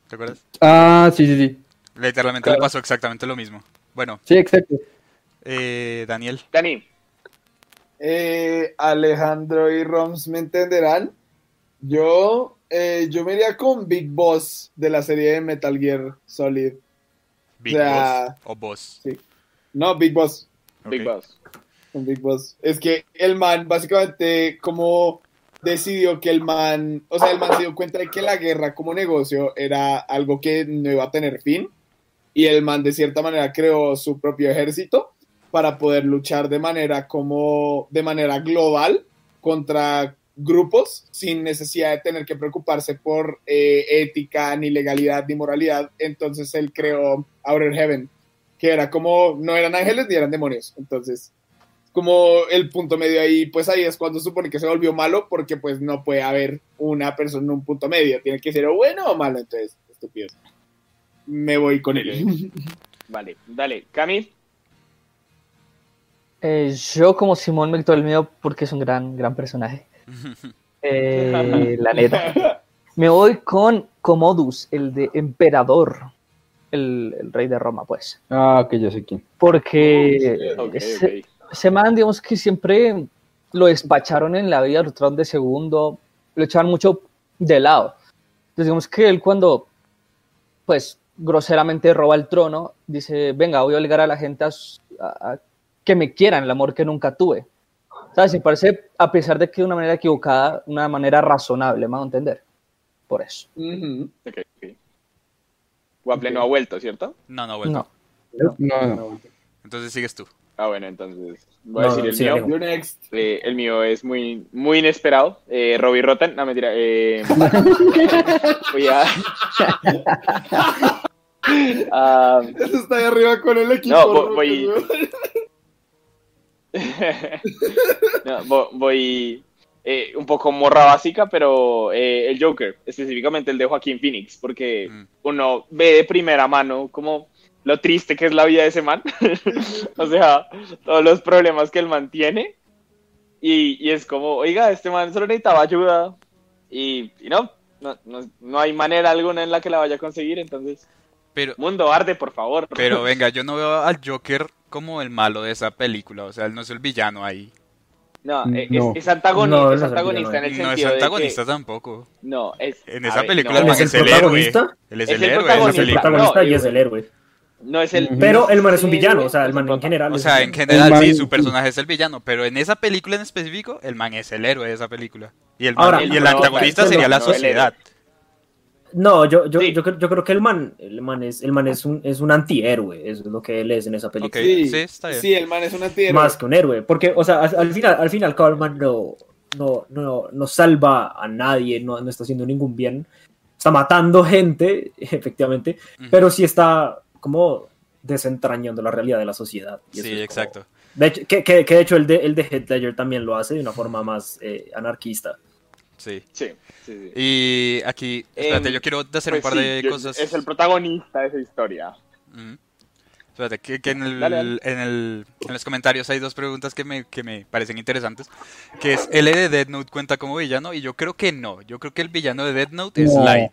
B: ¿te acuerdas?
G: Ah, sí, sí, sí.
B: Literalmente le
G: Claro.
B: pasó exactamente lo mismo. Bueno,
G: Sí, exacto.
B: eh, Daniel.
H: Dani,
F: Eh, Alejandro y Roms me entenderán. Yo, eh, yo me iría con Big Boss de la serie de Metal Gear Solid.
B: Big
F: O sea,
B: Boss o Boss. [LAUGHS]
F: No, Big Boss.
H: Big
B: Ok.
H: Boss.
F: con Big Boss. Es que el man, básicamente, como decidió que el man, o sea, el man se dio cuenta de que la guerra como negocio era algo que no iba a tener fin. Y el man, de cierta manera, creó su propio ejército para poder luchar de manera como, de manera global contra grupos sin necesidad de tener que preocuparse por eh, ética, ni legalidad, ni moralidad. Entonces él creó Outer Heaven, que era como, no eran ángeles ni eran demonios. Entonces, como el punto medio ahí, pues ahí es cuando supone que se volvió malo, porque pues no puede haber una persona en un punto medio, tiene que ser o bueno o malo, entonces, estúpido. Me voy con [LAUGHS] él.
H: Vale, dale. Cami,
J: Eh, yo como Simón me quitó el miedo porque es un gran, gran personaje. Eh, la neta. Me voy con Commodus, el de emperador, el, el rey de Roma, pues.
G: Ah, que ya sé quién.
J: Porque
H: ok,
J: ese,
H: ok.
J: ese man, digamos que siempre lo despacharon en la vida, lo trataron de segundo, lo echaban mucho de lado. Entonces, digamos que él cuando, pues, groseramente roba el trono, dice, venga, voy a obligar a la gente a, a- a que me quieran, el amor que nunca tuve. ¿Sabes? Me parece, a pesar de que de una manera equivocada, una manera razonable, me hago entender. Por eso.
F: Ujú.
H: Ok, ok. Waple no ha vuelto, ¿cierto?
B: No, no, bueno.
J: No.
G: No, no.
B: Entonces sigues tú.
H: Ah, bueno, entonces voy a
D: No,
H: decir el
D: sí,
H: mío.
D: Alejo.
F: You're next.
H: Eh, el mío es muy, muy inesperado. Eh, Robbie Rotten, no mentira. eh, voy a. Ah, [LAUGHS]
F: Eso está ahí arriba con el equipo.
H: No, voy- voy-
F: Roque, weón.
H: no, vo- voy eh, un poco morra básica, pero eh, el Joker, específicamente el de Joaquín Phoenix, porque
B: Mm.
H: uno ve de primera mano como lo triste que es la vida de ese man. [LAUGHS] o sea, todos los problemas que el man tiene. Y, y es como, oiga, este man solo necesitaba ayuda. Y, y no, no, no- no hay manera alguna en la que la vaya a conseguir. Entonces,
B: Pero,
H: mundo arde, por favor.
B: pero venga, yo no veo al Joker como el malo de esa película. O sea, él no es el villano ahí.
H: No, eh,
G: No.
H: Es, es antagoni-
D: Mm, No, no
H: es
D: es el
H: antagonista en el
B: No
H: sentido
B: es
H: de que-
B: antagonista tampoco.
H: No, es.
B: En
H: a
B: esa
H: ver,
B: película
H: no,
D: ¿Él
B: man
D: es el
B: héroe.
D: protagonista?
B: Él es
H: Es
B: el
H: el
B: héroe de esa
H: protagonista.
D: Es el
H: Sí,
B: película.
D: protagonista
H: no,
D: y es el héroe.
H: no es el.
D: Pero el man es un
H: Sí,
D: villano, o sea,
H: es
D: el man en general.
B: O
D: es
B: sea,
D: un-
B: en general
G: man-
B: sí, su personaje es el villano, pero en esa película en específico, el man es el héroe de esa película. Y el, man-
D: Ahora,
B: y el
H: no,
B: antagonista
D: no,
B: sería la
H: no, el héroe.
B: sociedad.
D: No, yo, yo,
H: Sí.
D: yo, creo- yo creo que el man, el man es, el man es un, es un antihéroe, eso es lo que él es en esa
B: Ok,
D: película.
B: sí,
F: Sí,
B: está bien.
F: Sí, el man es una tierra.
D: Más que un héroe. Porque, o sea, al, al final, al final, el man no, no, no, no salva a nadie, no, no está haciendo ningún bien. Está matando gente, [LAUGHS] efectivamente,
B: Ujú.
D: pero sí está como desentrañando la realidad de la sociedad. Y eso
B: Sí,
D: es como-
B: exacto.
D: De hecho, que, que- que de hecho el de, el de Heath Ledger también lo hace de una forma más eh, anarquista.
B: Sí.
H: Sí, sí, sí.
B: Y aquí, espérate,
H: Em,
B: yo quiero hacer un
H: Pues
B: par
H: sí,
B: de
H: yo-
B: cosas.
H: Es el protagonista de esa historia.
B: Ujú. Espérate, que, que en, el,
H: Dale, dale.
B: En, el, en los comentarios hay dos preguntas que me, que me parecen interesantes. Que es, ¿L de Dead Note cuenta como villano? Y yo creo que no. Yo creo que el villano de Dead Note es
G: No.
B: Light.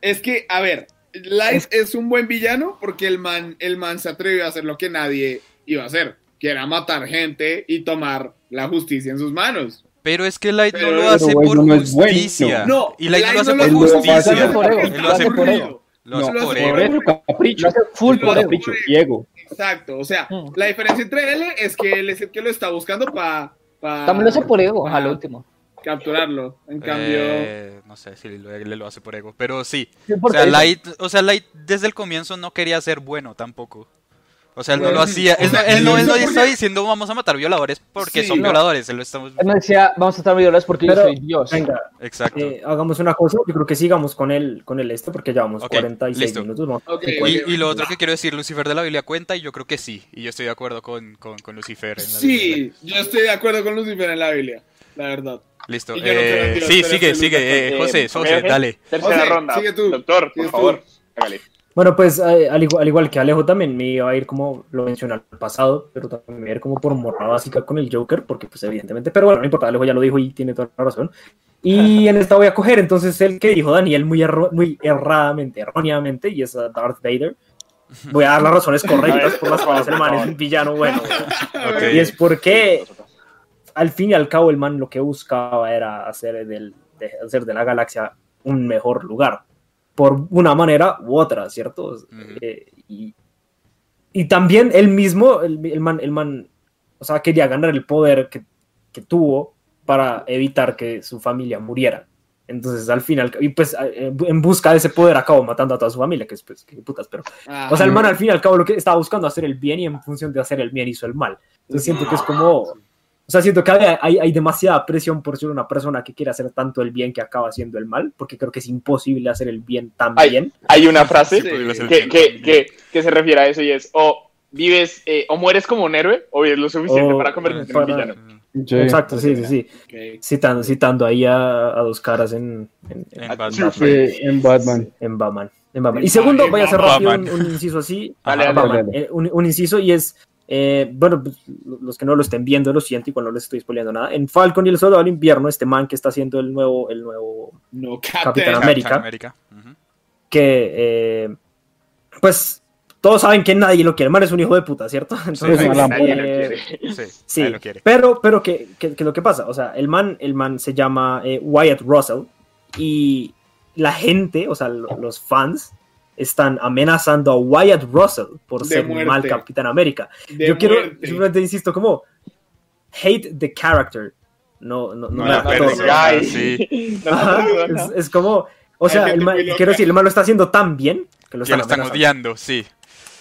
F: Es que, a ver, Light es un buen villano porque el man, el man se atrevió a hacer lo que nadie iba a hacer, que era matar gente y tomar la justicia en sus manos.
B: Pero es que Light no
F: Pero-
B: lo
F: pero
B: hace
G: bueno,
B: por
G: no es bueno.
B: justicia.
F: No,
B: y Light, no lo hace
G: Light
B: por
G: no lo hace
B: justicia.
G: por
B: Él
G: ego,
B: lo hace por
F: aburrido.
B: ego. Lo hace
F: No,
B: por
F: lo
B: ego.
F: hace
G: Por eso, capricho.
J: Lo hace full
G: Por
J: por ego.
G: capricho y ego.
F: Exacto, o sea, la diferencia entre él es que él es el que lo está buscando para
J: También lo hace por ego, a lo último.
F: capturarlo. En cambio,
B: Eh, no sé si lo- él lo hace por ego. Pero sí.
J: Sí,
B: O
J: porque
B: sea,
J: eso-
B: Light, o sea, Light desde el comienzo no quería ser bueno tampoco. O sea, él no
F: Pues
B: lo
F: sí.
B: hacía. Él
F: O
B: no,
F: sea,
B: él no,
F: lo
B: él no
F: hizo
B: está
F: porque-
B: diciendo vamos a matar violadores porque
F: Sí,
B: son
F: no.
B: violadores. Él lo estamos.
J: Él no decía, vamos a estar violadores porque yo
D: Pero-
J: soy Dios.
D: Venga,
B: Exacto.
D: eh, hagamos una cosa, yo creo que sigamos con el, con el este porque llevamos
B: Ok,
D: 46
B: listo.
D: minutos. vamos.
F: ok,
B: Y-
F: ok,
B: y, lo
F: ok.
B: otro que quiero decir, Lucifer de la Biblia cuenta y yo creo que sí. Y yo estoy de acuerdo con, con, con Lucifer. en la Biblia.
F: Sí, yo estoy de acuerdo con Lucifer en la Biblia, la verdad.
B: Listo.
F: Y yo no quiero-
B: eh,
F: quiero
B: sí,
F: hacer
B: sigue,
F: ese
B: sigue. eh,
H: Eh,
B: José,
H: ok,
B: José,
H: ok.
B: dale.
H: Tercera
F: José,
H: ronda.
F: sigue tú.
H: Doctor, por
F: Sigues tú.
H: favor. Hágale.
D: Bueno, pues eh, al, igual, al igual que Alejo también me iba a ir como lo mencioné al pasado, pero también me iba a ir como por morra básica con el Joker, porque pues evidentemente, pero bueno, no importa, Alejo ya lo dijo y tiene toda la razón. [LAUGHS] Y en esta voy a coger entonces el que dijo Daniel muy, erro- muy erradamente, erróneamente, y es a Darth Vader. Voy a dar las [LAUGHS] razones correctas por las cuales el man es un villano [LAUGHS] bueno.
B: Ok.
D: Y es porque al fin y al cabo el man lo que buscaba era hacer, del, de, hacer de la galaxia un mejor lugar, por una manera u otra, ¿cierto? Eh, y, y también él mismo, el, el man, el man, o sea, quería ganar el poder que, que tuvo para evitar que su familia muriera. Entonces, al final, y pues eh, en busca de ese poder acabó matando a toda su familia, que es pues, que putas, pero
F: Ah,
D: o sea, el man al fin y al cabo lo que estaba buscando hacer el bien y en función de hacer el bien hizo el mal. Entonces siento que es como... O sea, siento que hay, hay- hay demasiada presión por ser una persona que quiere hacer tanto el bien que acaba haciendo el mal, porque creo que es imposible hacer el bien tan
H: Ay,
D: bien.
H: Hay una frase
F: Sí.
H: que, que, que, que se refiere a eso y es o vives eh, o mueres como un héroe o vives lo suficiente
E: Oh,
D: O-
H: para convertirte en un
D: para-
H: villano.
G: Sí.
D: Exacto, sí, sí, sí.
F: ok.
D: Citando, citando ahí a, a dos caras en, en, en-
B: En Batman.
G: Sí, en Batman.
D: en Batman. En Batman.
F: En
D: Y segundo,
F: Batman.
D: voy a hacer
B: Batman.
D: rápido un, un
B: [LAUGHS]
D: inciso así.
B: Ah,
H: Dale,
D: Ajá,
H: dale,
D: Batman.
G: dale.
D: Eh, un, un inciso y es, eh, bueno, pues, los que no lo estén viendo, lo siento, igual no les estoy spoileando nada. En Falcon y el Soldado del Invierno, este man que está haciendo el nuevo, el nuevo
F: No,
D: Capitán
F: Captain.
D: América. que eh, pues todos saben que nadie lo quiere, el man es un hijo de puta, ¿cierto? [LAUGHS] Entonces,
B: sí,
H: Nadie lo
D: eh,
H: quiere.
B: Ujú. Sí,
D: sí,
B: nadie lo quiere.
D: pero, pero que, que- que lo que pasa, o sea, el man, el man se llama eh, Wyatt Russell y la gente, o sea, lo- los fans están amenazando a Wyatt Russell por
F: De
D: ser
F: muerte.
D: mal Capitán América.
F: De
D: Yo quiero,
F: muerte.
D: simplemente insisto, como hate the character. No, no,
B: No
D: no, el
B: la
D: actor.
B: persona,
H: Ay.
B: Ah,
F: [LAUGHS]
B: sí.
D: Ajá, es, es como, o sea,
F: Hay gente
D: el ma-
F: muy loca.
D: quiero decir, el man lo está haciendo tan bien que lo
B: Que
D: están,
B: lo están
D: amenazando.
B: odiando, sí.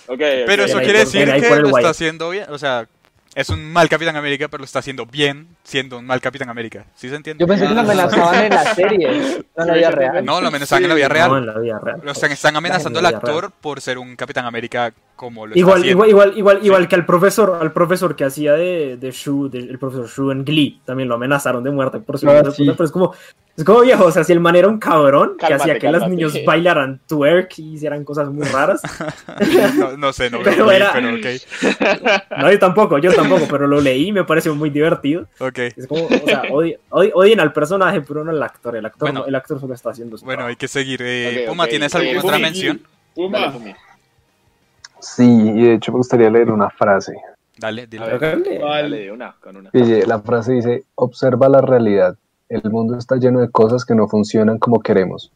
H: Ok,
B: Pero
H: ok.
B: eso
D: Bien ahí
B: quiere
D: por-
B: decir
D: bien ahí
B: que
D: por el
B: lo está
D: guay.
B: haciendo bien. O sea, es un mal Capitán América, pero lo está haciendo bien siendo un mal Capitán América. ¿Sí se entiende?
J: Yo pensé que lo amenazaban
B: [LAUGHS]
J: en la serie, no en la vida real.
B: No, lo amenazan en la vida
D: No,
B: real.
D: en la vida real.
B: Lo están, están amenazando al
D: La gente en la vida
B: actor por ser un Capitán América como lo
D: Igual,
B: está haciendo.
D: igual, igual, igual, igual que al profesor, al profesor que hacía de, de Shu, de- el profesor Shu en Glee, también lo amenazaron de muerte por su
G: Ah,
D: hijo de
G: sí.
D: puta, pero es como, es como viejo, o sea, si el man era un cabrón que
H: Cálmate,
D: hacía que
B: [LAUGHS]
H: cálmate.
D: los niños bailaran twerk y hicieran cosas muy raras.
B: [LAUGHS] No, no
D: [LAUGHS]
B: sé, no veo
D: Pero
B: Glee,
D: era-
B: pero ok.
D: No, yo tampoco, yo tampoco, pero lo leí, me pareció muy divertido.
B: Ok.
D: Es como, o sea, odi- odi- odien al personaje, pero no al actor. El actor,
B: Bueno.
D: no- el actor solo está haciendo su
B: Bueno,
D: trabajo.
B: hay que seguir. Eh,
H: Ok,
B: Puma,
H: ok.
B: ¿tienes
H: Eh,
B: alguna otra
H: Pumi.
B: mención?
F: Puma.
H: Dale, Pumi.
E: Sí, y de hecho me gustaría leer una frase.
B: Dale, dilo.
H: A ver. Dale
F: Vale.
H: de una, con
E: [LAUGHS]
H: una.
E: Pille, la frase dice, observa la realidad. El mundo está lleno de cosas que no funcionan como queremos.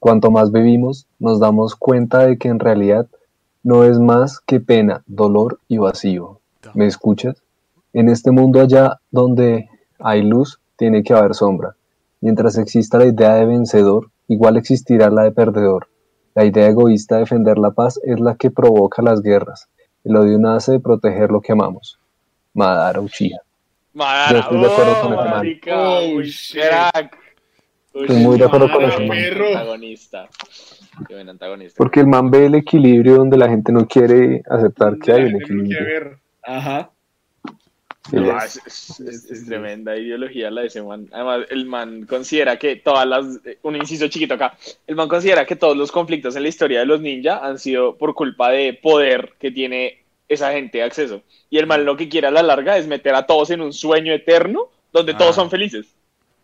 E: Cuanto más vivimos, nos damos cuenta de que en realidad no es más que pena, dolor y vacío. ¿Me escuchas? En este mundo allá donde hay luz, tiene que haber sombra. Mientras exista la idea de vencedor, igual existirá la de perdedor. La idea egoísta de defender la paz es la que provoca las guerras. El odio nace de proteger lo que amamos. Madara Uchiha.
H: Madara,
E: Yo estoy de acuerdo con
H: oh,
E: Hernán.
H: marica,
F: Oh,
H: uy,
F: shit.
H: crack. Uy,
E: Estoy muy de acuerdo con
H: Madara,
E: Hernán.
H: buen
F: Perro.
H: Antagonista. Qué buen antagonista.
E: Porque el man ve el equilibrio donde la gente no quiere aceptar que hay
F: Dale,
E: un
F: no quiere
E: equilibrio.
F: ver. Ajá.
E: Y
H: No,
E: ya.
H: es, es- es- es tremenda ideología la de ese man. Además, el man considera que todas las. eh, Un inciso chiquito acá. El man considera que todos los conflictos en la historia de los ninja han sido por culpa de poder que tiene esa gente de acceso. Y
B: Mm.
H: el man lo que quiere a la larga es meter a todos en un sueño eterno donde
B: Ah.
H: todos son felices.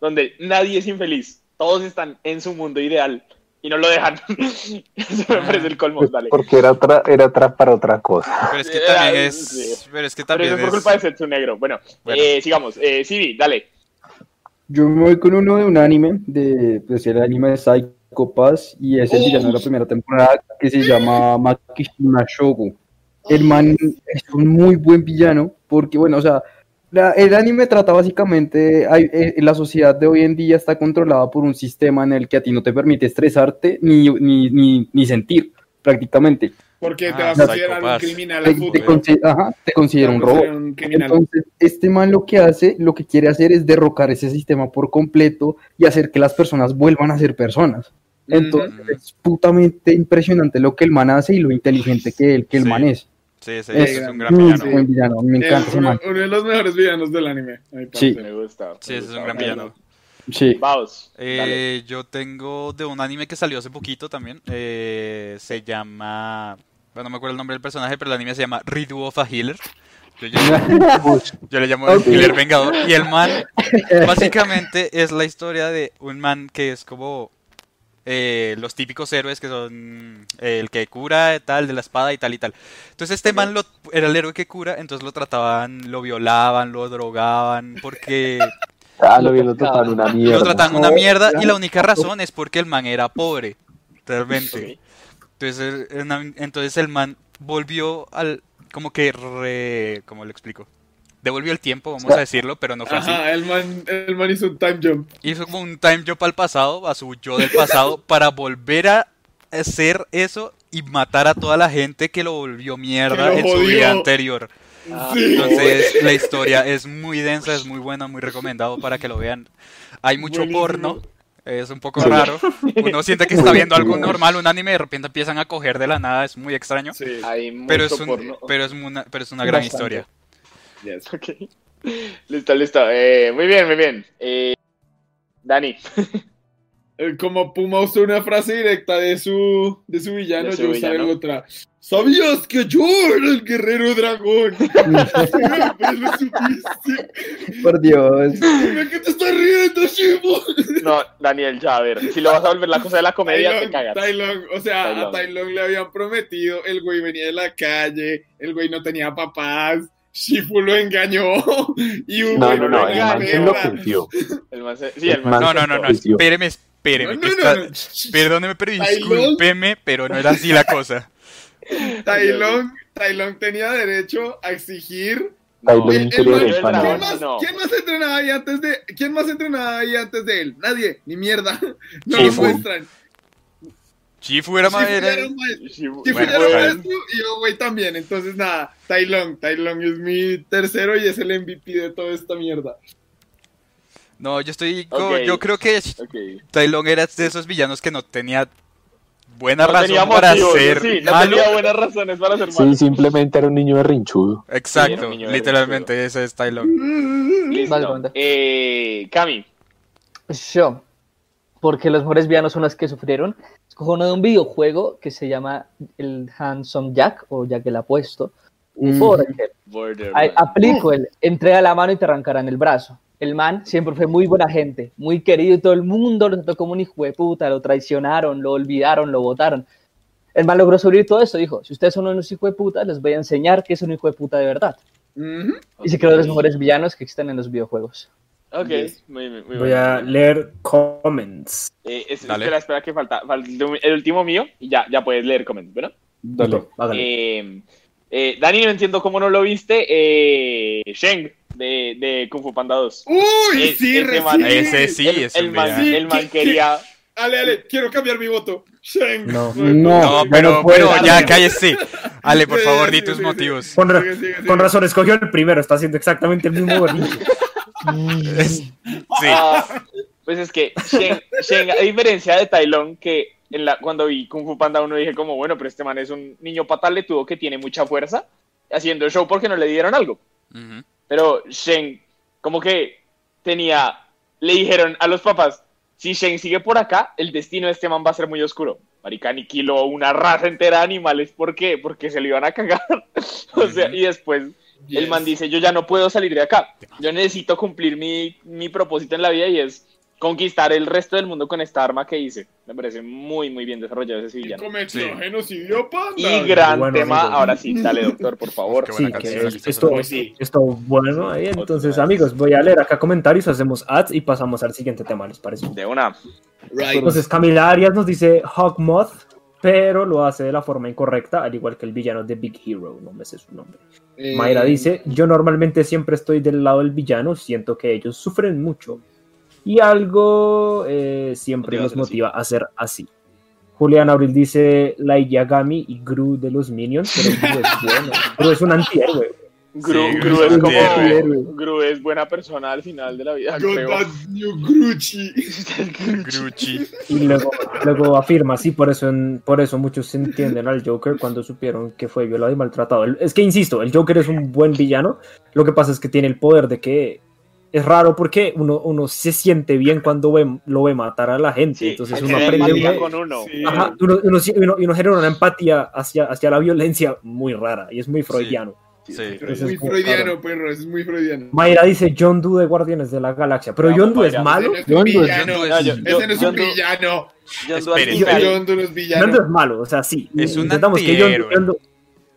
H: Donde nadie es infeliz. Todos están en su mundo ideal y no lo dejan. [LAUGHS] Eso
B: Ah.
H: me parece el colmo.
E: Pues
H: Dale.
E: Porque era tra- era trap para otra cosa.
B: Pero es
H: [LAUGHS]
B: que
H: Eh,
B: también
H: eh,
B: es.
H: sí.
B: Pero es que
H: Pero
B: también
H: eso es por
B: es.
H: culpa de Setsu Negro. Bueno,
B: Bueno.
H: eh, sigamos. Eh, Sibi, dale.
G: Yo me voy con uno de un anime, de, pues el anime de Psycho Pass, y es el villano de la primera temporada que se llama Makishima Shogo. El man es un muy buen villano, porque bueno, o sea, la- el anime trata básicamente, hay- eh, la sociedad de hoy en día está controlada por un sistema en el que a ti no te permite estresarte ni, ni, ni, ni sentir prácticamente.
F: Porque te
B: Ah,
F: va a considerar un
B: psicopás.
F: criminal
G: Te,
F: al
G: te
F: fútbol.
G: consi- ajá, te
F: Te
G: considera
F: va a
G: un
B: pues,
G: robot.
F: considerar un criminal.
G: Entonces, este man lo que hace, lo que quiere hacer es derrocar ese sistema por completo y hacer que las personas vuelvan a ser personas. Entonces,
B: Ujú.
G: es putamente impresionante lo que el man hace y lo inteligente que el, que el
B: Sí.
G: man es.
B: Sí, sí,
G: Es
B: es un gran
G: muy
B: villano.
G: buen villano, me
F: Es
G: encanta ese
F: uno,
G: man.
F: uno de los mejores villanos del anime. a mi
G: Sí.
F: parecer.
H: Me gusta.
B: Sí, ese
H: me
B: es
H: gusta,
B: un gran
H: me
B: villano.
G: Sí.
H: Vamos. dale.
B: Eh, yo tengo de un anime que salió hace poquito también. eh, se llama. Bueno, no me acuerdo el nombre del personaje, pero el anime se llama Ridu of a Healer. Yo, yo- yo le llamo el
G: Ok.
B: Healer Vengador. Y el man, básicamente, es la historia de un man que es como. eh, los típicos héroes que son eh, el que cura, tal, de la espada y tal y tal. Entonces este man lo, era el héroe que cura, entonces lo trataban, lo violaban, lo drogaban, porque
E: Ah, lo vi, lo trataban una
B: lo
E: mierda.
B: tratan una
G: No,
B: mierda y
G: claro.
B: la única razón es porque el man era pobre, realmente. Entonces, el- una- entonces el man volvió al, como que re, ¿cómo lo explico? Devolvió el tiempo, vamos a decirlo, pero no fue así.
F: Ajá, el man, el man hizo un time jump.
B: Hizo como un time jump al pasado, a su yo del pasado, para volver a hacer eso y matar a toda la gente que lo volvió mierda
F: Que lo
B: en su vida
F: jodió.
B: anterior.
F: sí.
B: Ah, Entonces, la historia es muy densa, es muy buena, muy recomendado para que lo vean. Hay mucho
F: Buenísimo.
B: porno, es un poco raro. Uno siente que está viendo algo normal, un anime, de repente empiezan a coger de la nada, es muy extraño.
F: Sí.
H: Hay mucho
B: Pero es, un,
H: porno.
B: pero, es una, pero es una gran
G: Bastante.
B: historia.
F: Yes.
H: [LAUGHS] Ok. Listo, listo. Eh, muy bien, muy bien. Eh, Dani,
F: Eh, Como Puma usó una frase directa de su, de su villano,
H: De su
F: yo usaré
H: villano.
F: otra. ¿Sabías que yo era el guerrero
E: [LAUGHS]
F: dragón? Siempre lo supiste.
G: Por Dios.
F: Dime que te estás riendo, Shimo.
H: no, Daniel, ya a ver. Si lo vas a volver la cosa de la comedia, te cagas.
F: Tai Lung, o sea,
H: Tai Lung.
F: a Tai Lung le habían prometido, el güey venía de la calle, el güey no tenía papás, Shifu lo engañó [LAUGHS] y un
E: No,
F: güey
H: Bueno,
E: no, no,
F: lo
E: el man se
F: engañó.
E: enloqueció.
H: El man se- sí, el man
E: Man-
B: No, no, no, no,
E: Pues, tío.
B: espéreme, espéreme.
F: No,
B: que
F: no,
B: está-
F: no, no.
B: Perdóneme, pero
F: Tailón.
B: discúlpeme, pero no era así la cosa.
F: Tailón, Tailón tenía derecho a exigir.
E: Tailón
F: El- el
E: interior
F: man-
E: del
H: el dragón.
F: ¿Quién
E: Panamá.
F: más,
H: No.
F: quién más entrenaba ahí antes de quién más entrenaba ahí antes de él? Nadie, ni mierda. [LAUGHS] No lo
E: Shifu.
F: muestran.
B: Chifu era
F: Shifu
B: más.
F: ya
B: era-
F: era un maestro.
H: Shifu-
F: Shifu
B: eh, Bueno,
F: ya era un
B: está bien.
F: maestro y yo güey también. Entonces nada, Tailón, Tailón es mi tercero y es el MVP de toda esta mierda.
B: No, yo estoy. co-
H: Ok.
B: Yo creo que
H: Ok.
B: Tailón era de esos villanos que no tenía buena
H: No
B: razón
H: tenía
B: para
H: motivos,
B: ser
H: sí, no
B: malo.
H: tenía buenas razones para ser malo.
E: Sí, simplemente era un niño berrinchudo.
H: Sí, era
B: Exacto,
H: un niño de
B: literalmente ese es
F: Mm.
B: Tailón.
H: Listo.
J: Básicamente.
H: Eh, Cami.
J: Yo, porque los mejores villanos son los que sufrieron, escojo uno de un videojuego que se llama el Handsome Jack o Jack el Apuesto.
D: Mm.
J: Porque a-
H: Borderlands.
J: aplico el entrega la mano y te arrancarán el brazo. El man siempre fue muy buena gente, muy querido y todo el mundo lo trató como un hijo de puta, lo traicionaron, lo olvidaron, lo votaron. El man logró sobrevivir todo esto, dijo, si ustedes son unos hijos de puta, les voy a enseñar que es un hijo de puta de verdad.
F: Ujú.
J: Y se creó de los mejores villanos que existen en los videojuegos.
H: Ok,
F: Yes.
H: muy, muy,
D: Voy
H: muy bueno.
D: a leer comments.
H: Eh, es-
B: Dale.
H: espera, espera, que falta, falta el último mío y ya, ya puedes leer comentarios, ¿bueno?
D: Dale, hágale.
H: Eh, eh, Dani, no entiendo cómo no lo viste. Eh, Sheng, de, de Kung Fu Panda 2.
F: Uy,
H: Es-
F: sí,
H: ese
F: recién.
H: man-
B: Ese sí
H: el,
B: es
H: el
B: un
H: man,
B: villano.
H: el man
F: Sí, sí.
H: quería.
F: Ale, ale, quiero cambiar mi voto. Sheng.
D: No.
G: No,
B: No, pero
G: pues,
B: bueno, ya
G: Ale.
B: cállese. Ale, por
F: Sí,
B: favor,
F: sí,
B: di tus
F: sí, sí.
B: motivos.
D: Con, ra-
F: Sigue, sigue, sigue.
D: con razón, escogió el primero, está haciendo exactamente el mismo berrinche.
J: [LAUGHS]
B: Sí.
H: Ah, pues es que Sheng, Sheng, a diferencia de Tailón, que en la, cuando vi Kung Fu Panda 1 dije como, bueno, pero este man es un niño pataletudo que tiene mucha fuerza haciendo show porque no le dieron algo.
B: Ujú.
H: Pero Shen, como que tenía, le dijeron a los papás, si Shen sigue por acá, el destino de este man va a ser muy oscuro. Marica aniquiló una raza entera de animales, ¿por qué? Porque se le iban a cagar. [LAUGHS] o sea, y después el man dice, yo ya no puedo salir de acá. Yo necesito cumplir mi, mi propósito en la vida y es conquistar el resto del mundo con esta arma que hice. Me parece muy, muy bien desarrollado ese
F: Y
H: villano.
F: cometió
B: Sí.
F: genocidio panda.
H: Y gran
D: Bueno,
H: tema,
D: amigos.
H: ahora sí, dale doctor, por
B: [LAUGHS]
H: favor.
B: Qué
D: Sí,
B: buena
D: que
B: canción.
D: es- esto,
F: Pues sí.
D: esto bueno ahí. Entonces,
H: Otra vez.
D: amigos, voy a leer acá comentarios, hacemos ads y pasamos al siguiente tema, ¿les parece?
H: De una.
F: Right.
D: Entonces, Camila Arias nos dice Hawk Moth, pero lo hace de la forma incorrecta, al igual que el villano de Big Hero, no me sé su nombre.
F: Eh,
D: Mayra dice, yo normalmente siempre estoy del lado del villano, siento que ellos sufren mucho y algo eh, siempre
H: Motiva a
D: los
H: ser así.
D: motiva a ser así. Julián Abril dice la Yagami y Gru de los Minions, pero Gru es bueno. Gru es un antihéroe.
H: Gru,
B: Sí,
H: Gru
B: Gru
H: es
B: es
H: como
B: antihéroe.
H: Gru es buena persona al final de la vida.
F: Got
H: Creo.
F: that new Grucci. [LAUGHS]
B: Gruchi.
D: Y luego, luego afirma, sí, por eso, en- por eso muchos entienden al Joker cuando supieron que fue violado y maltratado. El- Es que, insisto, el Joker es un buen villano. Lo que pasa es que tiene el poder de que es raro porque uno, uno se siente bien cuando ve- lo ve matar a la gente.
H: Sí,
D: Entonces
H: hay
D: uno
H: que tener
D: aprende...
H: empatía
D: una-
H: con uno.
F: Sí.
D: ajá, uno, uno sí- uno- uno genera una empatía hacia, hacia la violencia muy rara y es muy freudiano.
B: Sí.
F: Pero es
D: Entonces,
F: muy
D: como,
F: freudiano,
D: cabrón.
F: perro, es muy freudiano.
D: Mayra dice John Doe de Guardianes de la Galaxia, pero
H: Vamos,
D: John Doe es
H: Mayra.
D: malo.
F: Ese no
G: John
F: es
G: Doe
F: un
G: es-
F: villano.
B: John Doe
H: No, yo-
B: es-
H: yo-
F: Ese no es un
H: John Doe-
F: villano.
H: John Doe al
B: Espere,
H: final-
F: John Doe no es
D: John Doe
F: villano.
D: es malo, o sea, sí.
B: Es un
D: Intentamos que John-
B: antihéroe.
D: John Doe-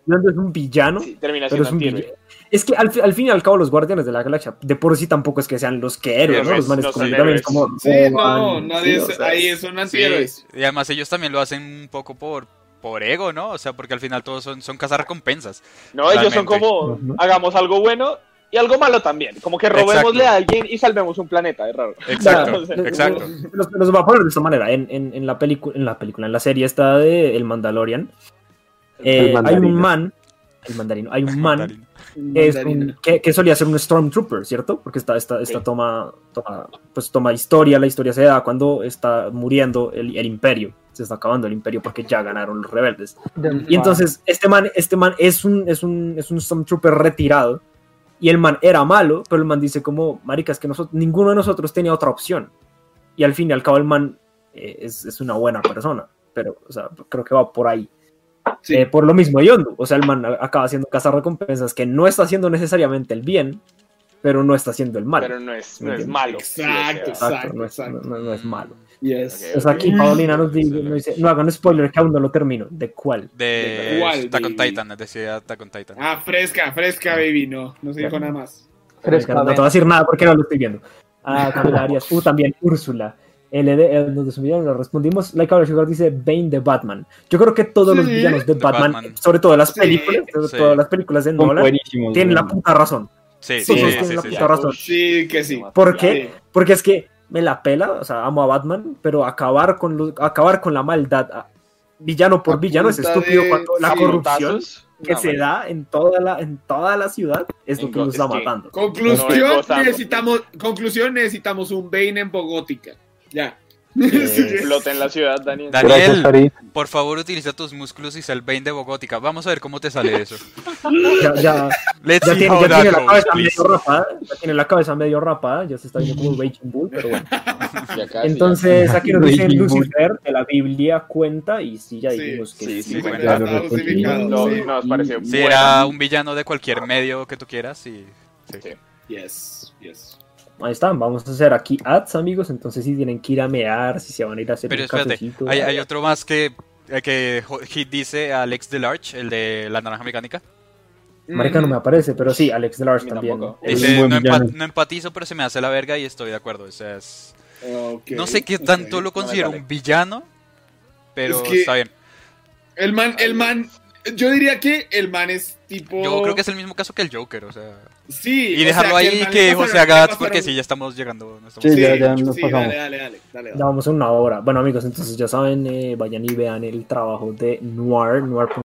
D: John Doe es un villano,
H: Sí, termina
D: pero
H: siendo
D: es un
H: antihéroe.
D: villano. Es que al, fi- al fin y al cabo los guardianes de la galaxia de por sí tampoco es que sean los que héroes, ¿no?
B: Héroes,
D: Los manes
H: no
D: como,
H: son
D: también es
H: héroes.
D: como Eh,
F: Sí, no,
D: Rohan,
F: nadie
D: sí, o
F: es,
D: sea,
F: ahí son
B: Sí,
F: antihéroes.
B: y además ellos también lo hacen un poco por, por ego, ¿no? O sea, porque al final todos son, son recompensas.
H: No, ellos son
B: Totalmente.
H: como
D: Ujú.
H: hagamos algo bueno y algo malo también. Como que robémosle
B: Exacto.
H: a alguien y salvemos un planeta, es raro.
B: Exacto,
F: [LAUGHS]
H: Claro,
B: exacto.
D: eh, Los, los va a poner de esta manera en, en- en la película, en la película, en la serie está de El Mandalorian. eh,
E: El
D: hay un
E: mandarino.
D: man, el mandarino, hay un man
B: Mandarín.
D: que, es un-
F: Mandarina.
D: que- que solía ser un Stormtrooper, ¿cierto? Porque esta, esta, esta
H: Sí.
D: toma, toma- pues toma historia, la historia se da cuando está muriendo el, el imperio, se está acabando el imperio porque ya ganaron los rebeldes. Y entonces este man, este man es, un, es, un, es un Stormtrooper retirado y el man era malo, pero el man dice como, maricas, que nosotros, ninguno de nosotros tenía otra opción. Y al fin y al cabo el man eh, es, es una buena persona, pero o sea, creo que va por ahí.
F: Sí.
D: Eh, por lo mismo Yondu, o sea, el man a- acaba haciendo recompensas que no está haciendo necesariamente el bien, pero no está haciendo el mal.
H: Pero no es, no
D: Muy
H: es
D: bien.
H: malo.
F: Exacto.
H: Sí, o sea,
D: Exacto, no, es,
F: exacto.
D: no- no- no es malo.
F: Yes.
H: Ok,
D: O sea, aquí
F: Uy.
D: Paulina nos dice, nos dice, no hagan spoiler que aún no lo termino. ¿De cuál?
B: De
F: ¿De cuál?
B: Attack on
F: De-
B: Titan, es decir, Attack on Titan.
F: Ah, fresca, fresca, baby. No, no se dijo nada más.
D: [LAUGHS] No te voy a decir nada porque no lo estoy viendo. Ah, Camila Arias. Uh, también Úrsula. LD, eh, donde su villano le respondimos, Like Our Sugar dice Bane de Batman. Yo creo que todos los
F: Sí.
D: villanos de
B: De
D: Batman,
B: Batman.
D: sobre todo las
F: Sí.
D: películas, sobre
B: Sí.
D: todo las películas de
G: Son
D: Nolan,
G: buenísimos.
D: tienen la
G: weón.
D: puta razón.
B: Sí,
D: Sí,
B: sí,
D: sí,
B: sí,
D: sí,
B: sí,
D: sí.
B: sí.
D: Tienes razón.
F: Sí, que sí.
D: ¿Por qué? Porque es que me la pela, o sea, amo a Batman, pero acabar con, los- acabar con la maldad, a- villano por
F: A
D: villano, es
F: punta
D: estúpido
F: de
D: cuando la corrupción
H: Sabotazos.
D: que
H: No,
D: se
H: marica.
D: da en toda la, en toda la ciudad es lo que
H: Entonces,
D: nos está
H: ¿qué?
D: matando.
H: No, no,
F: Conclusión,
H: no, no.
F: necesitamos, conclusión, necesitamos un Bane en Bogótica. Ya. [LAUGHS]
H: Explota en la ciudad, Daniel.
E: Gracias,
B: Daniel,
E: Farid.
B: por favor utiliza tus músculos y sal Bane de Bogótica. Vamos a ver cómo te sale eso.
D: Ya, ya,
B: Let's
D: ya
B: see
D: tiene,
B: how
D: ya
B: that
D: tiene la
B: goes,
D: cabeza medio
B: please.
D: rapada, ya tiene la cabeza medio rapada, ya se está viendo como Raging Bull, pero bueno.
H: Ya casi,
D: Entonces aquí nos dice
G: Raging Bull.
D: Lucifer, que la Biblia cuenta y sí, ya
F: Sí,
D: dijimos que
B: sí,
D: sí.
B: sí,
F: bueno,
B: ya
F: está
G: lo
F: justificado,
H: No,
F: sí.
H: nos pareció
B: Sí, era un villano de cualquier medio que tú quieras y...
F: Yes, yes.
D: Ahí están, vamos a hacer aquí ads, amigos. Entonces, si tienen que ir a mear, si se van a ir a hacer
B: Pero
D: un
B: espérate,
D: cafecito.
B: hay, hay otro más que, eh, que jo- Hit dice Alex DeLarge, el de la naranja mecánica.
D: Marica no me aparece, pero sí, Alex Large
H: Ni
D: también.
H: tampoco.
G: Es
B: Mm. Dice,
G: un buen
B: no, empa-
G: villano".
B: no empatizo, pero se me hace la verga y estoy de acuerdo. O sea, es-
F: Mm, Ok,
B: no sé qué
F: ok.
B: tanto lo
H: me
B: considero
H: vale.
B: un villano, pero
F: Es que-
B: está bien.
F: El man, el man, yo diría que el man es tipo.
B: Yo creo que es el mismo caso que el Joker, o sea...
F: Sí.
B: Y
F: o
B: dejarlo
F: sea, el
B: ahí
F: man
B: que
F: le
B: José
F: pasaron- le
B: haga,
F: pasaron-
B: porque sí, ya estamos llegando. no estamos-
G: Sí,
F: Sí,
G: ya, ya nos
F: sí,
G: pasamos.
F: dale, dale, dale, dale, dale.
D: Ya vamos a una hora. Bueno, amigos, entonces ya saben, eh, vayan y vean el trabajo de Noir, Noir